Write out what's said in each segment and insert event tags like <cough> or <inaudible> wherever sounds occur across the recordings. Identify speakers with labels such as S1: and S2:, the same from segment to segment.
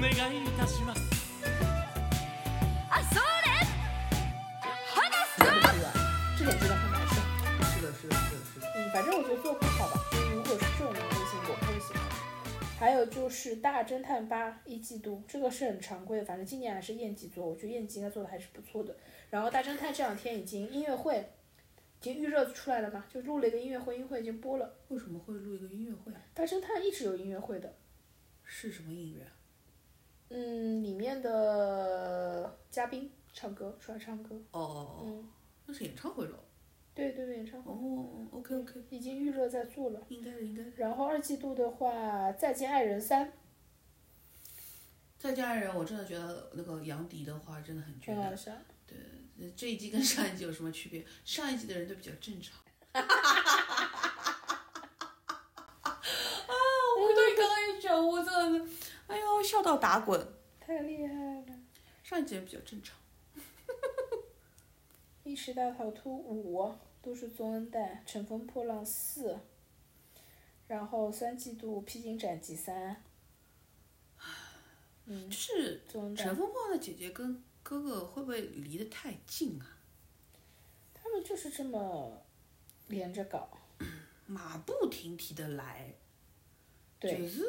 S1: 願いいたします
S2: 啊，それ，話すぞ。
S3: 对吧？这点知道很难受。
S4: 是的，是的，是的，是的。
S3: 嗯，反正我觉得做不好吧。如果是这种类型，我不喜欢。还有就是《大侦探八》一季度，这个是很常规的，反正今年还是燕姬做，我觉得燕姬应该做的还是不错的。然后《大侦探》这两天已经音乐会，已经预热出来了嘛，就录了一个音乐会，音乐会已经播了。
S4: 为什么会录一个音乐会？
S3: 《大侦探》一直有音乐会的，
S4: 是什么音乐？
S3: 嗯，里面的嘉宾唱歌，出来唱歌，
S4: 哦哦哦，
S3: 嗯，
S4: 那是演唱会喽。
S3: 对对对，演唱会
S4: 哦，OK OK，
S3: 已经预热在做了。
S4: 应该是应该是。
S3: 然后二季度的话，《再见爱人三》
S4: 再加人，我真的觉得那个杨迪的话真的很绝
S3: 很好
S4: 的。
S3: 笑。
S4: 这一季跟上一季有什么区别？上一季的人都比较正常。 <laughs> 啊！我对刚刚一讲，我真的，哎呦，笑到打滚。
S3: 太厉害了！
S4: 上一季人比较正常。
S3: 密室大逃脱五，都市宗恩带，乘风破浪四，然后三季度披荆斩棘三，嗯
S4: 就，是
S3: 宗恩带
S4: 乘风破浪的姐姐跟哥哥会不会离得太近啊？
S3: 他们就是这么连着搞，
S4: 马不停蹄的来，
S3: 对
S4: 就是呃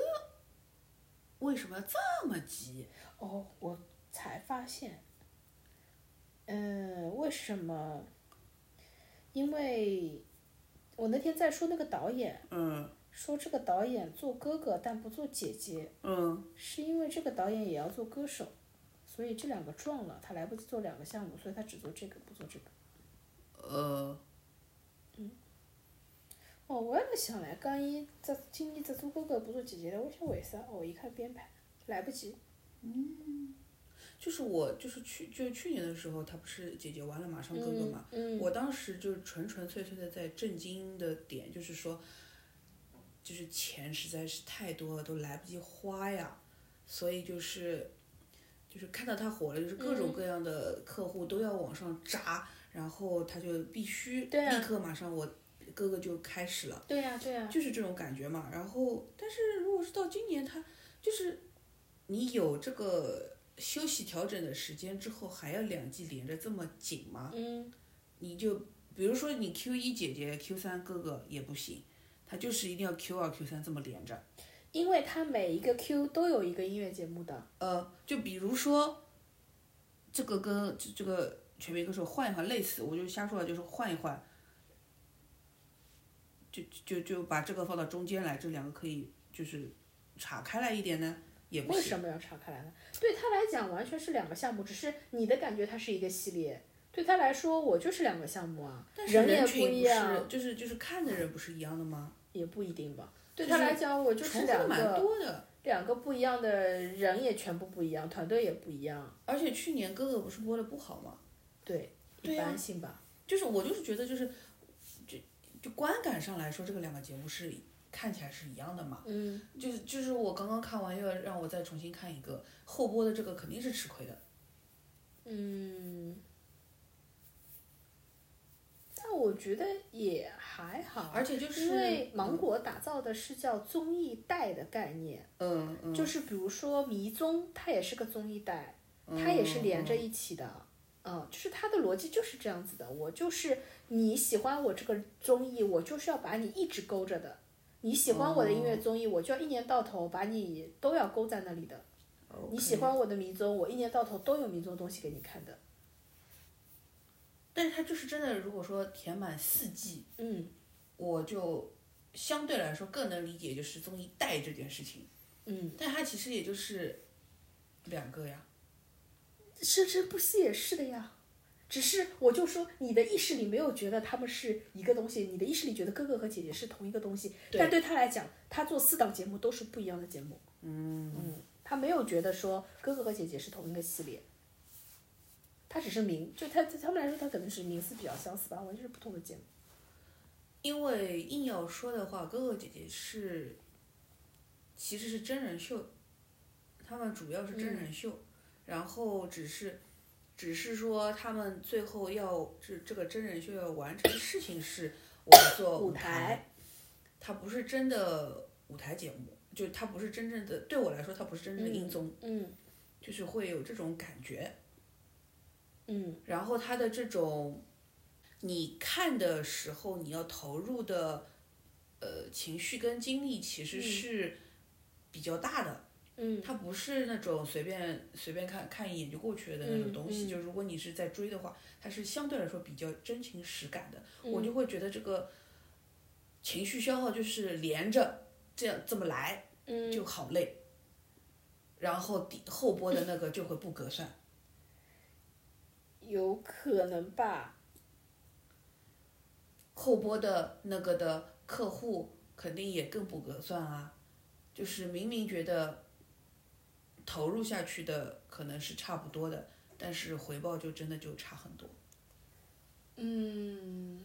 S4: 为什么这么急？
S3: 哦，我才发现，嗯，为什么？因为我那天在说那个导演，
S4: 嗯
S3: 说这个导演做哥哥但不做姐姐，
S4: 嗯，
S3: 是因为这个导演也要做歌手，所以这两个撞了，他来不及做两个项目，所以他只做这个不做这个。
S4: 呃，
S3: 哦，我也在想嘞，刚一在今年在做哥哥不做姐姐的，我想为啥？哦，一看编排来不及。
S4: 就是我就是去就是去年的时候，他不是姐姐完了马上哥哥嘛，
S3: 嗯，
S4: 我当时就是纯纯粹粹的在震惊的点就是说，就是钱实在是太多了，都来不及花呀，所以就是就是看到他火了，就是各种
S3: 嗯
S4: 各样的客户都要往上扎，然后他就必须
S3: 对啊
S4: 立刻马上我哥哥就开始了，
S3: 对呀、对呀、
S4: 就是这种感觉嘛。然后，但是如果是到今年他就是你有这个休息调整的时间之后，还要两季连着这么紧吗？
S3: 嗯，
S4: 你就比如说你 Q 一姐姐 Q 三哥哥也不行，他就是一定要 Q 二 Q 三这么连着。
S3: 因为他每一个 Q 都有一个音乐节目的，
S4: 呃，就比如说这个跟这这个全民歌手换一换类似，我就瞎说了，就是换一换，就就就把这个放到中间来，这两个可以就是岔开来一点呢，也不
S3: 为
S4: 行。
S3: 什么要岔开来呢？对他来讲完全是两个项目，只是你的感觉它是一个系列，对他来说我就是两个项目啊，
S4: 但是
S3: 也不
S4: 群
S3: 一
S4: 不
S3: 样
S4: 是，就是就是看的人不是一样的吗？
S3: 也不一定吧。对
S4: 就是
S3: 他来讲，我就是
S4: 重复
S3: 两
S4: 的
S3: 个
S4: 蛮多的，
S3: 两个不一样的人也全部不一样，团队也不一样，
S4: 而且去年哥哥不是播的不好吗？
S3: 对，
S4: 对
S3: 一
S4: 呀
S3: 般性吧。
S4: 就是我就是觉得就是，就就观感上来说，这个两个节目是看起来是一样的嘛。
S3: 嗯，
S4: 就是就是我刚刚看完，又要让我再重新看一个后播的这个肯定是吃亏的。
S3: 嗯但我觉得也还好，
S4: 而且就是
S3: 因为芒果打造的是叫综艺带的概念，
S4: 嗯嗯，
S3: 就是比如说迷踪，它也是个综艺带，它也是连着
S4: 嗯
S3: 一起的。嗯就是它的逻辑就是这样子的，我就是你喜欢我这个综艺，我就是要把你一直勾着的。你喜欢我的音乐综艺，我就要一年到头把你都要勾在那里的。
S4: 嗯
S3: 你喜，欢我的迷踪，我一年到头都有迷踪东西给你看的。
S4: 但是它就是真的，如果说填满四季，
S3: 嗯
S4: 我就相对来说更能理解就是综艺带这件事情，
S3: 嗯，
S4: 但它其实也就是两个呀。
S3: 生生不息也是的呀。只是我就说，你的意识里没有觉得他们是一个东西，你的意识里觉得哥哥和姐姐是同一个东西，
S4: 对
S3: 但对他来讲，他做四档节目都是不一样的节目。嗯他没有觉得说哥哥和姐姐是同一个系列，他只是名，就他对他们来说，他可能是名字比较相似吧，完全是不同的节目。
S4: 因为硬要说的话，哥哥姐姐是其实是真人秀，他们主要是真
S3: 嗯
S4: 人秀，然后只是只是说他们最后要这这个真人秀要完成的事情是我们做
S3: 舞
S4: 台，它不是真的舞台节目，就它不是真正的对我来说，它不是真正的
S3: 嗯
S4: 硬综，
S3: 嗯
S4: 就是会有这种感觉。
S3: 嗯
S4: 然后它的这种，你看的时候你要投入的，呃，情绪跟精力其实
S3: 嗯
S4: 是比较大的。
S3: 嗯
S4: 它不是那种随便随便看看一眼就过去的那种
S3: 嗯
S4: 东西。
S3: 嗯
S4: 就如果你是在追的话，它是相对来说比较真情实感的。我
S3: 嗯
S4: 就会觉得这个情绪消耗就是连着这样这么来
S3: 嗯，
S4: 就好累，然后底后波的那个就会不隔算。
S3: 有可能吧。
S4: 后播的那个的客户肯定也更不隔算啊，就是明明觉得投入下去的可能是差不多的，但是回报就真的就差很多。
S3: 嗯，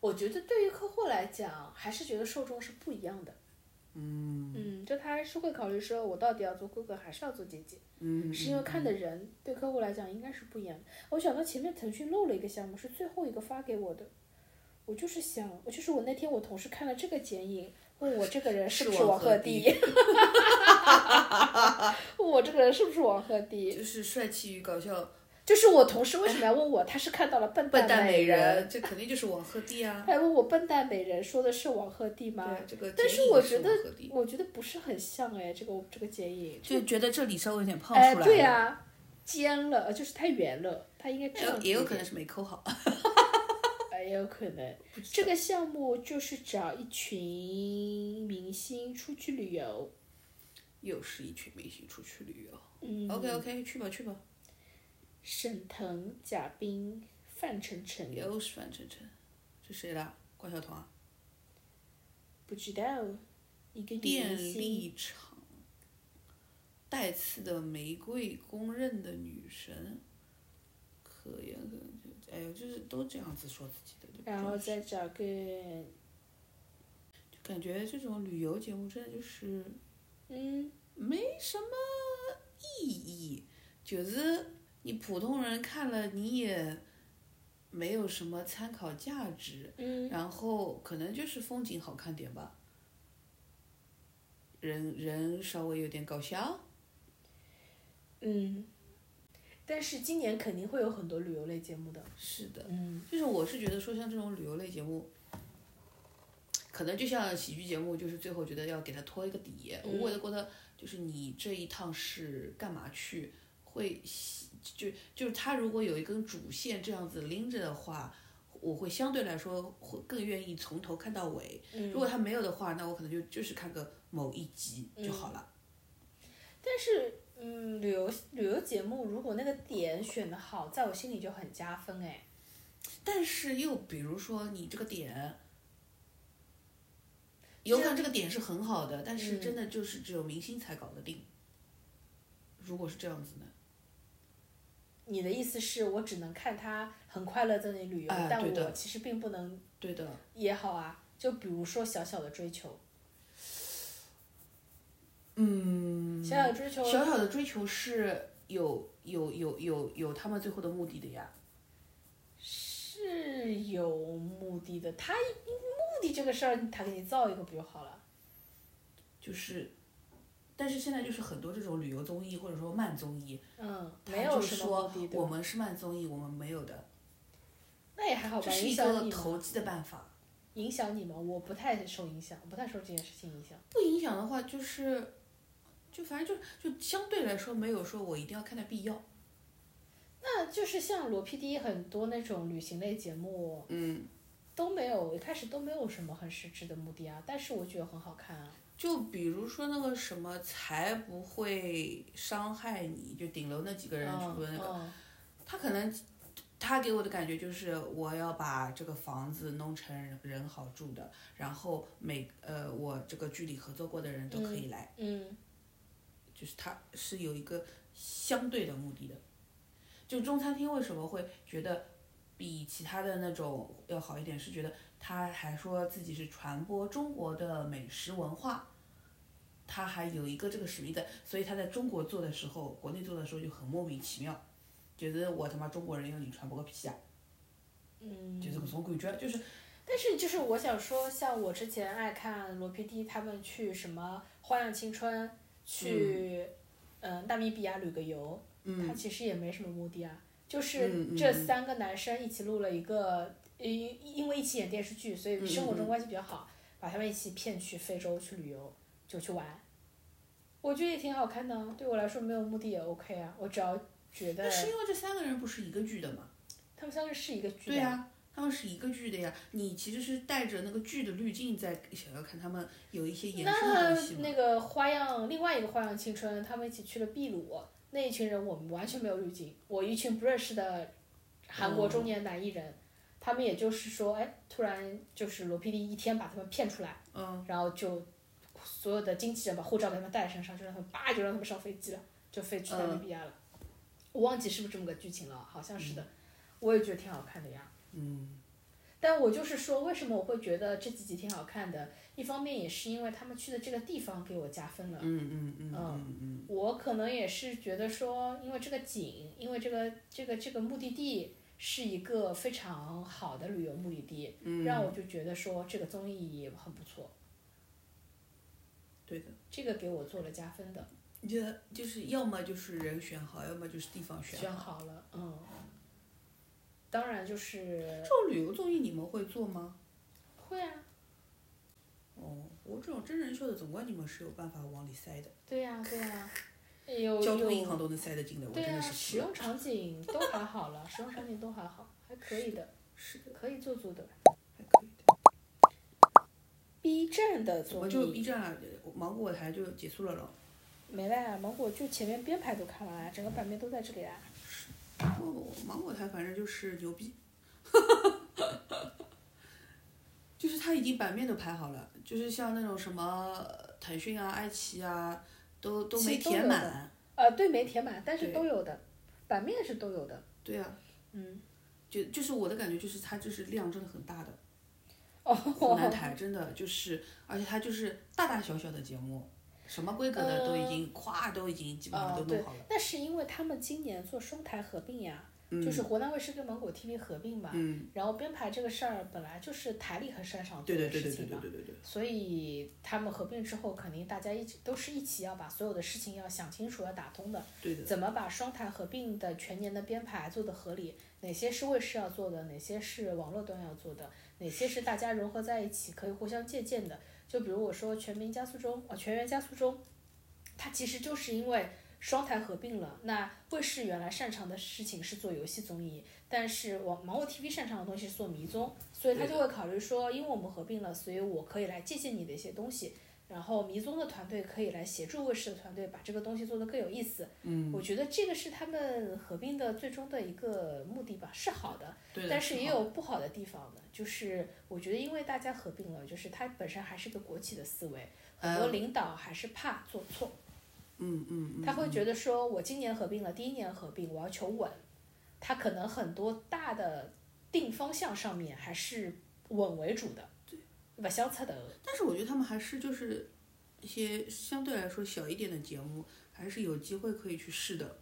S3: 我觉得对于客户来讲，还是觉得受众是不一样的。嗯嗯，就他还是会考虑说，我到底要做哥哥还是要做姐姐？
S4: 嗯
S3: 是因为看的人对客户来讲应该是不一样的。我想到前面腾讯漏了一个项目，是最后一个发给我的。我就是想，我就是我那天我同事看了这个剪影，问我这个人是不是
S4: 是王
S3: 王鹤
S4: 鹤棣
S3: 棣， <laughs> 问我这个人是不是王鹤棣，
S4: 就是帅气与搞笑，
S3: 就是我同事为什么要问我，他是看到了笨
S4: <laughs> 笨蛋
S3: 蛋
S4: 美
S3: 人，
S4: 人，这肯定就是王鹤棣
S3: <laughs>
S4: 啊。
S3: 他还问我笨蛋美人说的是王鹤棣吗？
S4: 对，这个
S3: 但
S4: 剪
S3: 是
S4: 影
S3: 我
S4: 是
S3: 觉得
S4: 王鹤棣
S3: 我觉得不是很像哎，这个这个剪影，
S4: 就觉得这里稍微有点胖出来
S3: 哎，
S4: 了，
S3: 对啊，尖了，呃就是太圆了，他应该这
S4: 也
S3: 样
S4: 有
S3: 子
S4: 也有
S3: 一
S4: 可能
S3: 点，
S4: 是没抠好。
S3: 哎，也有可能。这个项目就是找一群明星出去旅游，
S4: 又是一群明星出去旅游。
S3: 嗯
S4: OK OK，去吧去吧，
S3: 沈腾、贾冰、范丞丞，
S4: 又是范丞丞，这谁啦？关晓彤啊？
S3: 不知道一个女
S4: 电
S3: 明星，
S4: 力场，带刺的玫瑰，公认的女神，可言可就哎呦，就是都这样子说自己的，就不
S3: 然后
S4: 知道
S3: 再找个
S4: 就感觉这种旅游节目真的就是
S3: 嗯。
S4: 没什么意义，就是你普通人看了你也没有什么参考价值，
S3: 嗯
S4: 然后可能就是风景好看点吧，人人稍微有点搞笑，
S3: 嗯，但是今年肯定会有很多旅游类节目的。
S4: 是的。
S3: 嗯
S4: 就是我是觉得说像这种旅游类节目，可能就像喜剧节目，就是最后觉得要给它托一个底，
S3: 嗯
S4: 我为了觉得就是你这一趟是干嘛去，会喜就就是他如果有一根主线这样子拎着的话。我会相对来说会更愿意从头看到尾，
S3: 嗯
S4: 如果他没有的话，那我可能就就是看个某一集就好了。
S3: 但是嗯，旅游旅游节目如果那个点选的好，在我心里就很加分哎。
S4: 但是又比如说你这个点，有可能这个点是很好的，但是
S3: 嗯
S4: 真的就是只有明星才搞得定。如果是这样子呢？
S3: 你的意思是我只能看他很快乐在那里旅游，
S4: 哎
S3: 但
S4: 对的
S3: 我其实并不能
S4: 对的，
S3: 也好啊。就比如说小小的追求，嗯，小小的追求，
S4: 小小的追求是有有有有有他们最后的目的的呀。
S3: 是有目的的，他一目的这个事儿，他给你造一个不就好了？
S4: 就是，但是现在就是很多这种旅游综艺或者说慢综艺，
S3: 嗯，
S4: 他
S3: 没有
S4: 就
S3: 什么
S4: 说
S3: 目的的
S4: 我。们是慢综艺，我们没有的，
S3: 那也还好
S4: 这
S3: 吧，
S4: 是
S3: 影
S4: 一
S3: 响
S4: 个
S3: 你
S4: 投
S3: 吗？
S4: 机的办法。
S3: 影响你吗？我不太受影响，我不太受这件事情影响。
S4: 不影响的话，就是，就反正就就相对来说没有说我一定要看的必要。
S3: 那就是像罗 PD 很多那种旅行类节目
S4: 嗯，
S3: 都没有，一开始都没有什么很实质的目的啊，但是我觉得很好看啊。
S4: 就比如说那个什么才不会伤害你，就顶楼那几个人
S3: 嗯
S4: 出的那个，
S3: 嗯
S4: 他可能他给我的感觉就是我要把这个房子弄成人好住的，然后每呃我这个剧里合作过的人都可以来。
S3: 嗯
S4: 就是它是有一个相对的目的的。就中餐厅为什么会觉得比其他的那种要好一点，是觉得他还说自己是传播中国的美食文化，他还有一个这个使命在，所以他在中国做的时候，国内做的时候就很莫名其妙，觉得我他妈中国人要你传播个屁啊，
S3: 嗯，
S4: 就是搿种感觉，就是
S3: 但是就是我想说，像我之前爱看罗 PD 他们去什么《花样青春》，去嗯、呃纳米比亚旅个游，他其实也没什么目的啊，就是
S4: 嗯嗯嗯
S3: 这
S4: 嗯
S3: 三个男生一起录了一个，因因为一起演电视剧，
S4: 嗯
S3: 所以生活中关系比较好，把他们一起骗去非洲去旅游，就去玩。我觉得也挺好看的啊，对我来说没有目的也 OK 啊，我只要觉得
S4: 那是因为这三个人不是一个剧的嘛？
S3: 他们三个是一个剧
S4: 对啊
S3: 的
S4: 呀、他们是一个剧的呀。你其实是带着那个剧的滤镜在想要看他们有一些延伸的
S3: 那
S4: 东西嘛？
S3: 那个花样，另外一个花样青春，他们一起去了秘鲁，那一群人我们完全没有滤镜，我一群不认识的韩国中年男艺人，他们也就是说，哎，突然就是罗 PD 一天把他们骗出来，
S4: 嗯，
S3: 然后就所有的经纪人把护照给他们带在身上，就让他们叭就让他们上飞机了，就飞去纳
S4: 嗯
S3: 米比亚了。我忘记是不是这么个剧情了，好像是的，我也觉得挺好看的呀。
S4: 嗯，
S3: 但我就是说，为什么我会觉得这几集挺好看的？一方面也是因为他们去的这个地方给我加分了。
S4: 嗯嗯嗯
S3: 嗯
S4: 嗯嗯，
S3: 我可能也是觉得说，因为这个景，因为这个这个这个目的地是一个非常好的旅游目的地，
S4: 嗯
S3: 让我就觉得说这个综艺也很不错，
S4: 对的。
S3: 这个给我做了加分的，
S4: 你觉得就是要么就是人选好，要么就是地方选
S3: 选好了，嗯。当然就是
S4: 这种旅游综艺你们会做吗？
S3: 会啊，
S4: 哦，我这种真人秀的，总归你们是有办法往里塞的，
S3: 对呀、对呀、有
S4: 交通
S3: 有
S4: 银行都能塞得进的，我
S3: 对
S4: 真
S3: 啊，
S4: 的是
S3: 使
S4: 服了。
S3: 用场景都还好了，使用场景都还好，还可以的，
S4: 是的，
S3: 可以做做的。
S4: 还可以的。
S3: B 站的
S4: 我
S3: 综
S4: 们就
S3: 艺
S4: B 站啊，芒果台就结束了咯。
S3: 没啦，芒果就前面编排都看完了，整个版面都在这里啦。啊
S4: 芒果芒果台反正就是牛逼， <laughs> 就是它已经版面都排好了，就是像那种什么腾讯啊、爱奇艺啊，都都没
S3: 其实都
S4: 填
S3: 有的
S4: 满。
S3: 呃，对，没填满，但是
S4: 对
S3: 都有的，版面是都有的。
S4: 对啊，
S3: 嗯，
S4: 就就是我的感觉就是它就是量真的很大的。
S3: 哦，
S4: 湖南台真的就是，而且它就是大大小小的节目，什么规格的都已经咵、都已经基本上
S3: 呃哦
S4: 都
S3: 对
S4: 弄好了。
S3: 那是因为他们今年做双台合并呀，就是湖南卫视跟芒果 TV 合并嘛。
S4: 嗯，
S3: 然后编排这个事儿本来就是台里和山上做
S4: 对对
S3: 的
S4: 对
S3: 事
S4: 对对
S3: 情
S4: 对
S3: 嘛，
S4: 对对对。
S3: 所以他们合并之后，肯定大家一起都是一起要把所有的事情要想清楚、要打通的。
S4: 对的，
S3: 怎么把双台合并的全年的编排做得合理？哪些是卫视要做的？哪些是网络端要做的？哪些是大家融合在一起可以互相借鉴的？就比如我说《全民加速中》啊，《全员加速中》，它其实就是因为双台合并了。那卫视原来擅长的事情是做游戏综艺，但是网芒果 TV 擅长的东西是做迷踪，所以他
S4: 对的
S3: 就会考虑说，因为我们合并了，所以我可以来借鉴你的一些东西。然后迷踪的团队可以来协助卫视的团队把这个东西做得更有意思，
S4: 嗯，
S3: 我觉得这个是他们合并的最终的一个目的吧，是好的，
S4: 对的。
S3: 但是也
S4: 好
S3: 有不好的地方的。就是我觉得，因为大家合并了，就是它本身还是个国企的思维，很多
S4: 嗯
S3: 领导还是怕做错，
S4: 嗯嗯嗯，
S3: 他会觉得说，我今年合并了，第一年合并，我要求稳。他可能很多大的定方向上面还是稳为主的，勿相侧头。
S4: 但是我觉得他们还是就是一些相对来说小一点的节目，还是有机会可以去试的。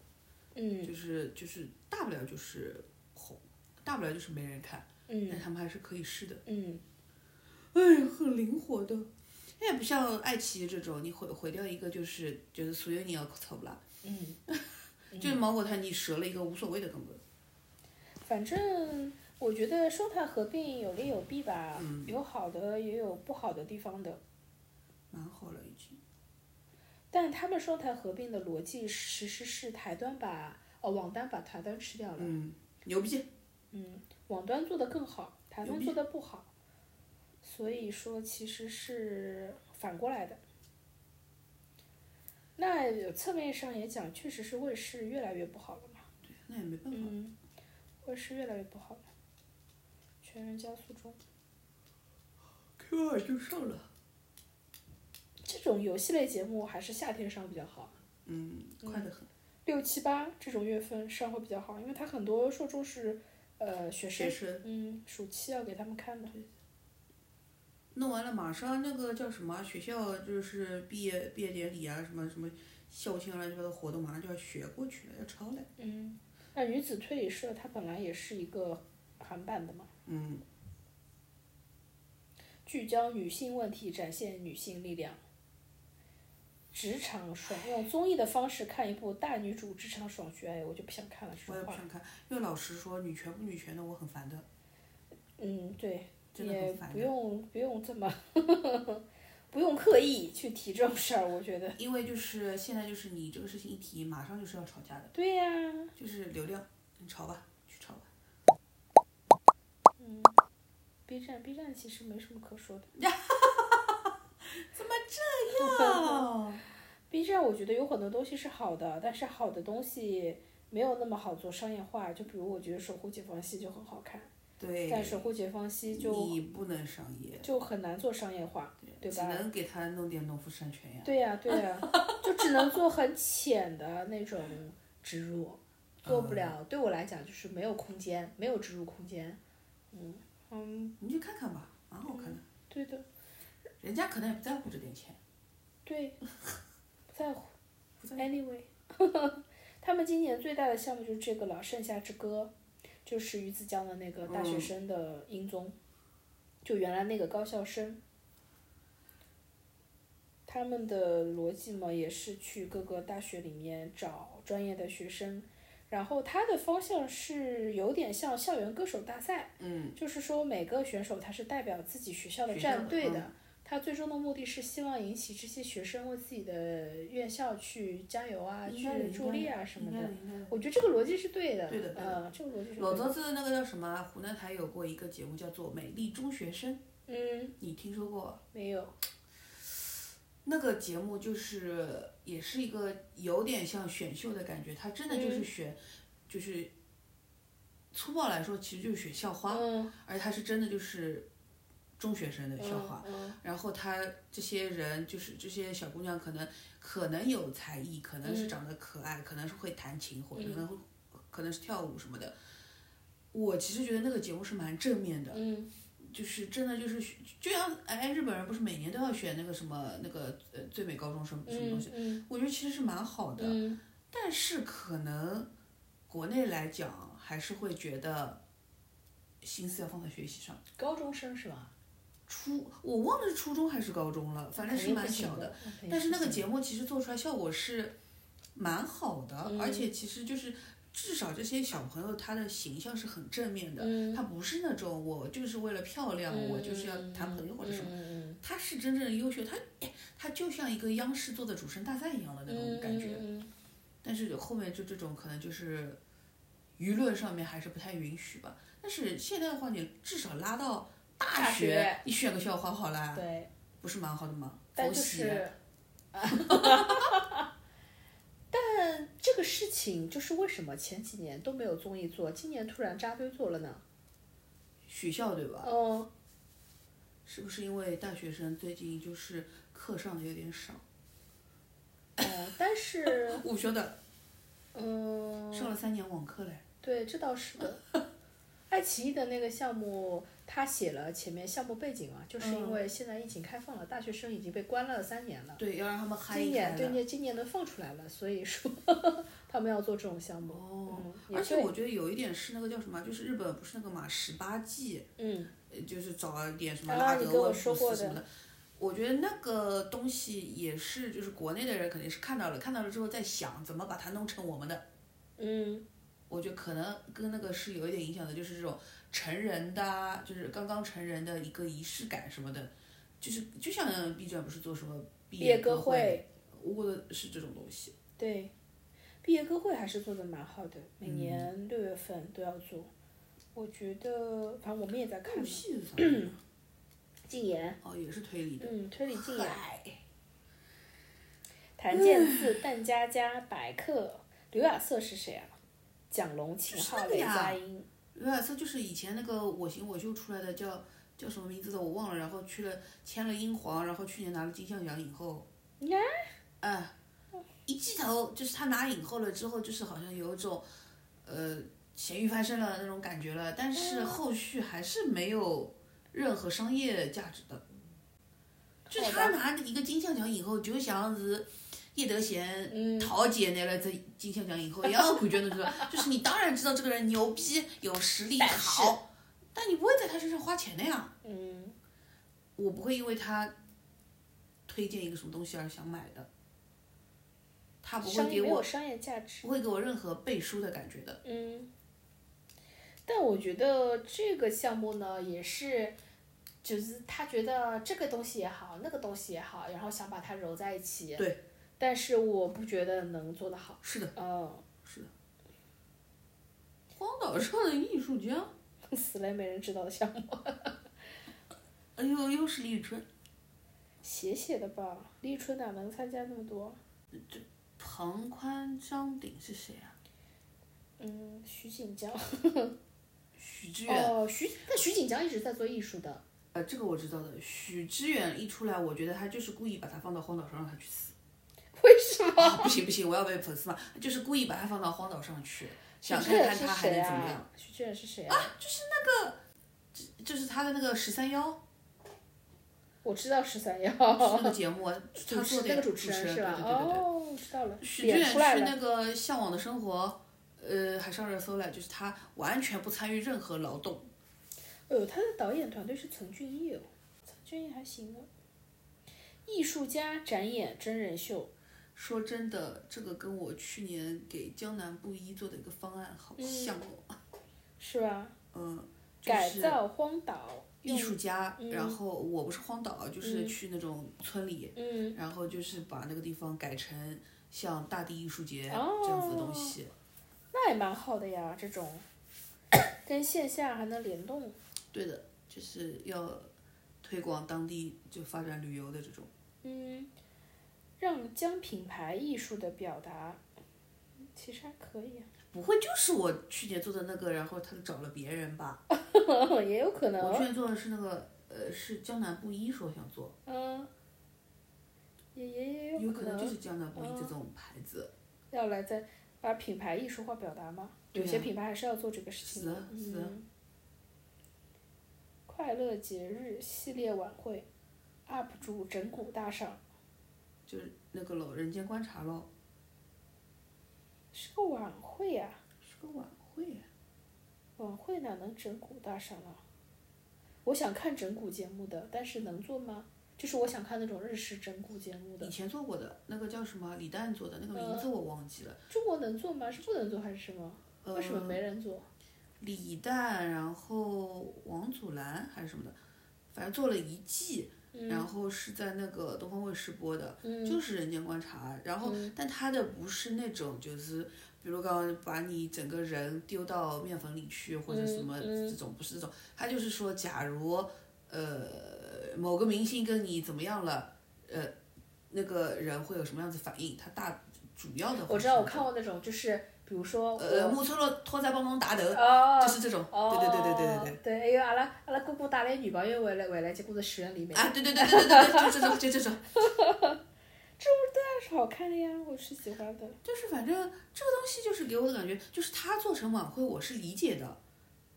S3: 嗯
S4: 就是就是大不了就是红，大不了就是没人看，但
S3: 嗯
S4: 他们还是可以试的。
S3: 嗯，
S4: 哎，很灵活的。那也不像爱奇艺这种，你毁毁掉一个就是就是所有你要凑不啦，
S3: 嗯，
S4: 就是芒果台你折了一个无所谓的根本。
S3: 反正我觉得双台合并有利有弊吧，
S4: 嗯
S3: 有好的也有不好的地方的。
S4: 蛮好了已经。
S3: 但他们双台合并的逻辑其实是台端把哦网端把台端吃掉了，
S4: 嗯，牛逼。
S3: 嗯，网端做的更好，台
S4: 牛
S3: 端
S4: 逼
S3: 做的不好，所以说其实是反过来的。那有侧面上也讲，确实是卫视越来越不好了嘛，
S4: 对，那也没办法。
S3: 嗯，卫视越来越不好了，全员加速中。
S4: Q 二就上了。
S3: 这种游戏类节目还是夏天上比较好，
S4: 嗯，快得很。
S3: 六七八这种月份上会比较好，因为它很多受众是呃学生
S4: 学，生
S3: 嗯，暑期要给他们看的。
S4: 弄完了，马上那个叫什么啊学校就是毕业毕业典礼啊，什么什么校庆啊乱七八糟活动，马上就要学过去了，要抄了。
S3: 嗯，那女子推理社它本来也是一个韩版的嘛，
S4: 嗯，
S3: 聚焦女性问题，展现女性力量。职场爽，用综艺的方式看一部大女主职场爽剧，哎，我就不想看了，说
S4: 我也
S3: 实
S4: 不
S3: 话。
S4: 想看，因为老实说，女权不女权的我很烦的，
S3: 嗯，对，
S4: 真的
S3: 也
S4: 很烦
S3: 不
S4: 的。
S3: 用不用这么， <laughs> 不用刻意去提这种事儿，我觉得。
S4: 因为就是现在就是你这个事情一提，马上就是要吵架的，
S3: 对呀、
S4: 就是流量，你吵吧，去吵吧。
S3: 嗯，B 站 B 站其实没什么可说的。
S4: <laughs> 怎么这
S3: 哦
S4: 样？
S3: <laughs> B 站我觉得有很多东西是好的，但是好的东西没有那么好做商业化。就比如我觉得《守护解放西》就很好看，
S4: 对，
S3: 但《守护解放西就》
S4: 你不能商业，
S3: 就很难做商业化，对
S4: 只
S3: 吧
S4: 能给他弄点农夫山泉呀。
S3: 对呀、对呀、就只能做很浅的那种植入，做不
S4: 嗯
S3: 了。对我来讲就是没有空间，没有植入空间。嗯嗯，
S4: 你去看看吧，蛮好看的。
S3: 对的，嗯
S4: 人家可能也不在乎这点钱，
S3: 对，不在乎。
S4: 不在乎。
S3: Anyway，他 <laughs> 们今年最大的项目就是这个了，《盛夏之歌》，就是于子江的那个大
S4: 嗯
S3: 学生的音综，就原来那个高校生。他们的逻辑嘛，也是去各个大学里面找专业的学生，然后他的方向是有点像校园歌手大赛，
S4: 嗯，
S3: 就是说每个选手他是代表自己学校的
S4: 学校
S3: 战
S4: 的
S3: 队的，
S4: 嗯
S3: 他最终的目的是希望引起这些学生为自己的院校去加油啊，
S4: 应该的
S3: 去助力啊什
S4: 应
S3: 么
S4: 该
S3: 的。
S4: 的，应该的。
S3: 我觉得这个逻辑是对的，
S4: 对的对的
S3: 呃，这个逻辑是
S4: 老
S3: 对的。
S4: 早子那个叫什么？啊湖南台有过一个节目叫做《美丽中学生》，
S3: 嗯，
S4: 你听说过？
S3: 没有，
S4: 那个节目就是也是一个有点像选秀的感觉，它真的就是选，就是粗暴来说，其实就是选校花，
S3: 嗯，
S4: 而它是真的就是中学生的校花。
S3: 嗯，嗯
S4: 然后她这些人就是这些小姑娘，可能可能有才艺，可能是
S3: 嗯
S4: 长得可爱，可能是会弹琴，或者
S3: 嗯
S4: 可能可能是跳舞什么的。我其实觉得那个节目是蛮正面的，
S3: 嗯，
S4: 就是真的就是就像哎，日本人不是每年都要选那个什么那个呃最美高中什么什么东西，
S3: 嗯，
S4: 我觉得其实是蛮好的，
S3: 嗯，
S4: 但是可能国内来讲还是会觉得心思要放在学习上。
S3: 高中生是吧？
S4: 初我忘了是初中还是高中了，反正是蛮小的。
S3: 的，肯定
S4: 但是那
S3: 不
S4: 个
S3: 行
S4: 节目其实做出来效果是蛮好的，
S3: 嗯
S4: 而且其实就是至少这些小朋友他的形象是很正面的。
S3: 嗯，
S4: 他不是那种我就是为了漂亮，
S3: 嗯
S4: 我就是要谈朋友或者什么。
S3: 么
S4: 他是真正的优秀，他哎他就像一个央视做的主持人大赛一样的那种感觉。
S3: 嗯嗯
S4: 但是后面就这种可能就是舆论上面还是不太允许吧。但是现在的话，你至少拉到大
S3: 大学
S4: 你选个校花好
S3: 嗯
S4: 啦，
S3: 对，
S4: 不是蛮好的吗？
S3: 但
S4: 佛
S3: 就
S4: 系
S3: 是， <laughs> 但这个事情就是为什么前几年都没有综艺做，今年突然扎堆做了呢？
S4: 学校对吧？
S3: 嗯，
S4: 是不是因为大学生最近就是课上的有点少？
S3: 哦，但
S4: <laughs>
S3: 是，
S4: 我觉得
S3: 嗯，
S4: 上了三年网课嘞，
S3: 对，这倒是
S4: <laughs>
S3: 的。爱奇艺的那个项目，他写了前面项目背景嘛，就是因为现在疫情开放了，大学生已经被关了三年了，
S4: 嗯对，要让他们嗨
S3: 今
S4: 一嗨
S3: 年
S4: 了
S3: 对，那今年能放出来了，所以
S4: <laughs>
S3: 说他们要做这种项目。
S4: 哦
S3: 嗯，也
S4: 而且
S3: 对
S4: 我觉得有一点是那个叫什么，就是日本不是那个嘛十八季，
S3: 嗯，
S4: 呃就是找一点什么
S3: 啊
S4: 拉
S3: 你
S4: 格
S3: 跟我
S4: 沃夫
S3: 说过
S4: 斯什么的。我觉得那个东西也是，就是国内的人肯定是看到了，看到了之后在想怎么把它弄成我们的。
S3: 嗯，
S4: 我觉得可能跟那个是有一点影响的，就是这种成人的啊，就是刚刚成人的一个仪式感什么的，就是就像 B 站不是做什么毕
S3: 毕业
S4: 歌
S3: 歌会。，
S4: 我觉得是这种东西。
S3: 对，毕业歌会还是做的蛮好的，每
S4: 嗯
S3: 年六月份都要做。我觉得，反正我们也在看
S4: 看戏是啥呀？
S3: 禁言，
S4: 哦，也是推理的。
S3: 嗯，推理禁言，
S4: 嗨
S3: 谭健次、邓家佳、白客、刘雅瑟是谁啊？蒋龙、秦
S4: 就是
S3: 昊、
S4: 那个
S3: 雷
S4: 呀
S3: 佳音，
S4: 刘亚瑟啊就是以前那个《我行我秀》出来的叫叫什么名字的我忘了，然后去了签了英皇，然后去年拿了金像奖影后。
S3: 呀
S4: 哎，一记头就是他拿影后了之后，就是好像有一种呃咸鱼翻身了那种感觉了，但是
S3: 嗯
S4: 后续还是没有任何商业价值的。就
S3: 好
S4: 他
S3: 吧
S4: 拿一个金像奖影后，就像是叶德娴
S3: 嗯，
S4: 桃姐拿了这金像奖以后，也要感觉那个，就是你当然知道这个人牛逼、有实力、
S3: 但是
S4: 好，但你不会在他身上花钱的呀。
S3: 嗯，
S4: 我不会因为他推荐一个什么东西而想买的，他不会
S3: 商业
S4: 给
S3: 没有
S4: 我
S3: 商业价值。
S4: 不会给我任何背书的感觉的。
S3: 嗯，但我觉得这个项目呢，也是，就是他觉得这个东西也好，那个东西也好，然后想把它揉在一起。
S4: 对。
S3: 但是我不觉得能做得好。
S4: 是的，
S3: 嗯，
S4: 荒岛上的艺术家，
S3: 死了也没人知道的项目，
S4: 哎呦，又是李宇春，
S3: 写写的吧。立春哪能参加那么多？
S4: 庞宽、张鼎是谁啊？
S3: 嗯，徐锦江。
S4: 许知远。
S3: 哦，徐那徐锦江一直在做艺术的。
S4: 呃，这个我知道的。许知远一出来，我觉得他就是故意把他放到荒岛上让他去死。 <laughs>
S3: 为什么？
S4: 啊不行不行，我要被粉丝骂，就是故意把他放到荒岛上去，想
S3: 徐
S4: 看
S3: 志远
S4: 看
S3: 是
S4: 他还
S3: 谁
S4: 能怎么样。
S3: 啊？徐志远是谁啊？
S4: 就是他的那个十三
S3: <laughs>
S4: 幺，
S3: 我知道十
S4: <laughs>
S3: 三幺。
S4: 是那个节目，啊
S3: 主
S4: 他
S3: 持
S4: 做
S3: 那个
S4: 主
S3: 主持人
S4: 人
S3: 是吧？
S4: 对对对对对。
S3: 哦，知道了，
S4: 许志
S3: 脸
S4: 远
S3: 出来
S4: 是
S3: 了。
S4: 那个《向往的生活》，呃，还上热搜了，就是他完全不参与任何劳动。
S3: 哎呦，他的导演团队是岑俊毅哦，岑俊毅还行啊。艺术家展演真人秀，
S4: 说真的，这个跟我去年给江南布衣做的一个方案好像哦，
S3: 是吧？
S4: 嗯，
S3: 嗯
S4: 就
S3: 改
S4: 是
S3: 造荒岛
S4: 艺，术家，
S3: 嗯
S4: 然后我不是荒岛，就是
S3: 嗯
S4: 去那种村里，
S3: 用嗯，
S4: 然后就是把那个地方改成像大地艺术节
S3: 哦
S4: 这样子的东西。
S3: 那也蛮好的呀，这种跟线下还能联动。
S4: 对的，就是要推广当地就发展旅游的这种。
S3: 嗯，让将品牌艺术的表达，其实还可以、
S4: 不会就是我去年做的那个，然后他找了别人吧？
S3: 啊， <laughs> 也有可能
S4: 我
S3: 哦。
S4: 去年做的是那个，呃，是江南布衣说想做，
S3: 嗯，也也也
S4: 有
S3: 可嗯
S4: 可能就是江南布衣这种牌子。
S3: 要来再把品牌艺术化表达嘛。
S4: 对
S3: 有
S4: 啊呀
S3: 些品牌还是要做这个事情的。
S4: 是啊是啊
S3: 嗯。快乐节日系列晚会，UP 主整蛊大赏，
S4: 就是那个喽，人间观察喽，
S3: 是个晚会呀、
S4: 是个晚会，
S3: 晚会哪能整蛊大赏啊？我想看整蛊节目的，但是能做吗？就是我想看那种日式整蛊节目的嗯
S4: 以，前做过的那个叫什么李诞做的那个名字我忘记了，
S3: 中国能做吗？是不能做还是什么？
S4: 呃，
S3: 为什么没人做？
S4: 李诞，然后王祖蓝还是什么的，反正做了一季，
S3: 嗯
S4: 然后是在那个东方卫视播的，就是《人间观察》，然后、
S3: 嗯
S4: 但他的不是那种就是，比如刚刚把你整个人丢到面粉里去或者什么
S3: 嗯
S4: 这种，不是这种，他就是说，假如呃某个明星跟你怎么样了，呃那个人会有什么样子反应，他大主要的
S3: 我
S4: 会
S3: 知道，
S4: 是
S3: 我
S4: 那
S3: 看
S4: 种
S3: 过那种，就是比如说我，
S4: 呃木村拓拓哉帮忙打头，
S3: 哦
S4: 就是这种，
S3: 哦，
S4: 对对对对对对对。
S3: 对还有阿拉阿拉哥哥带来女朋友回来回来，结果是十人里面，
S4: 啊，对对对对对对，就这种，就这种，
S3: 但是好看的呀，我是喜欢的。
S4: <laughs> 就是反正这个东西就是给我的感觉，就是他做成晚会，我是理解的，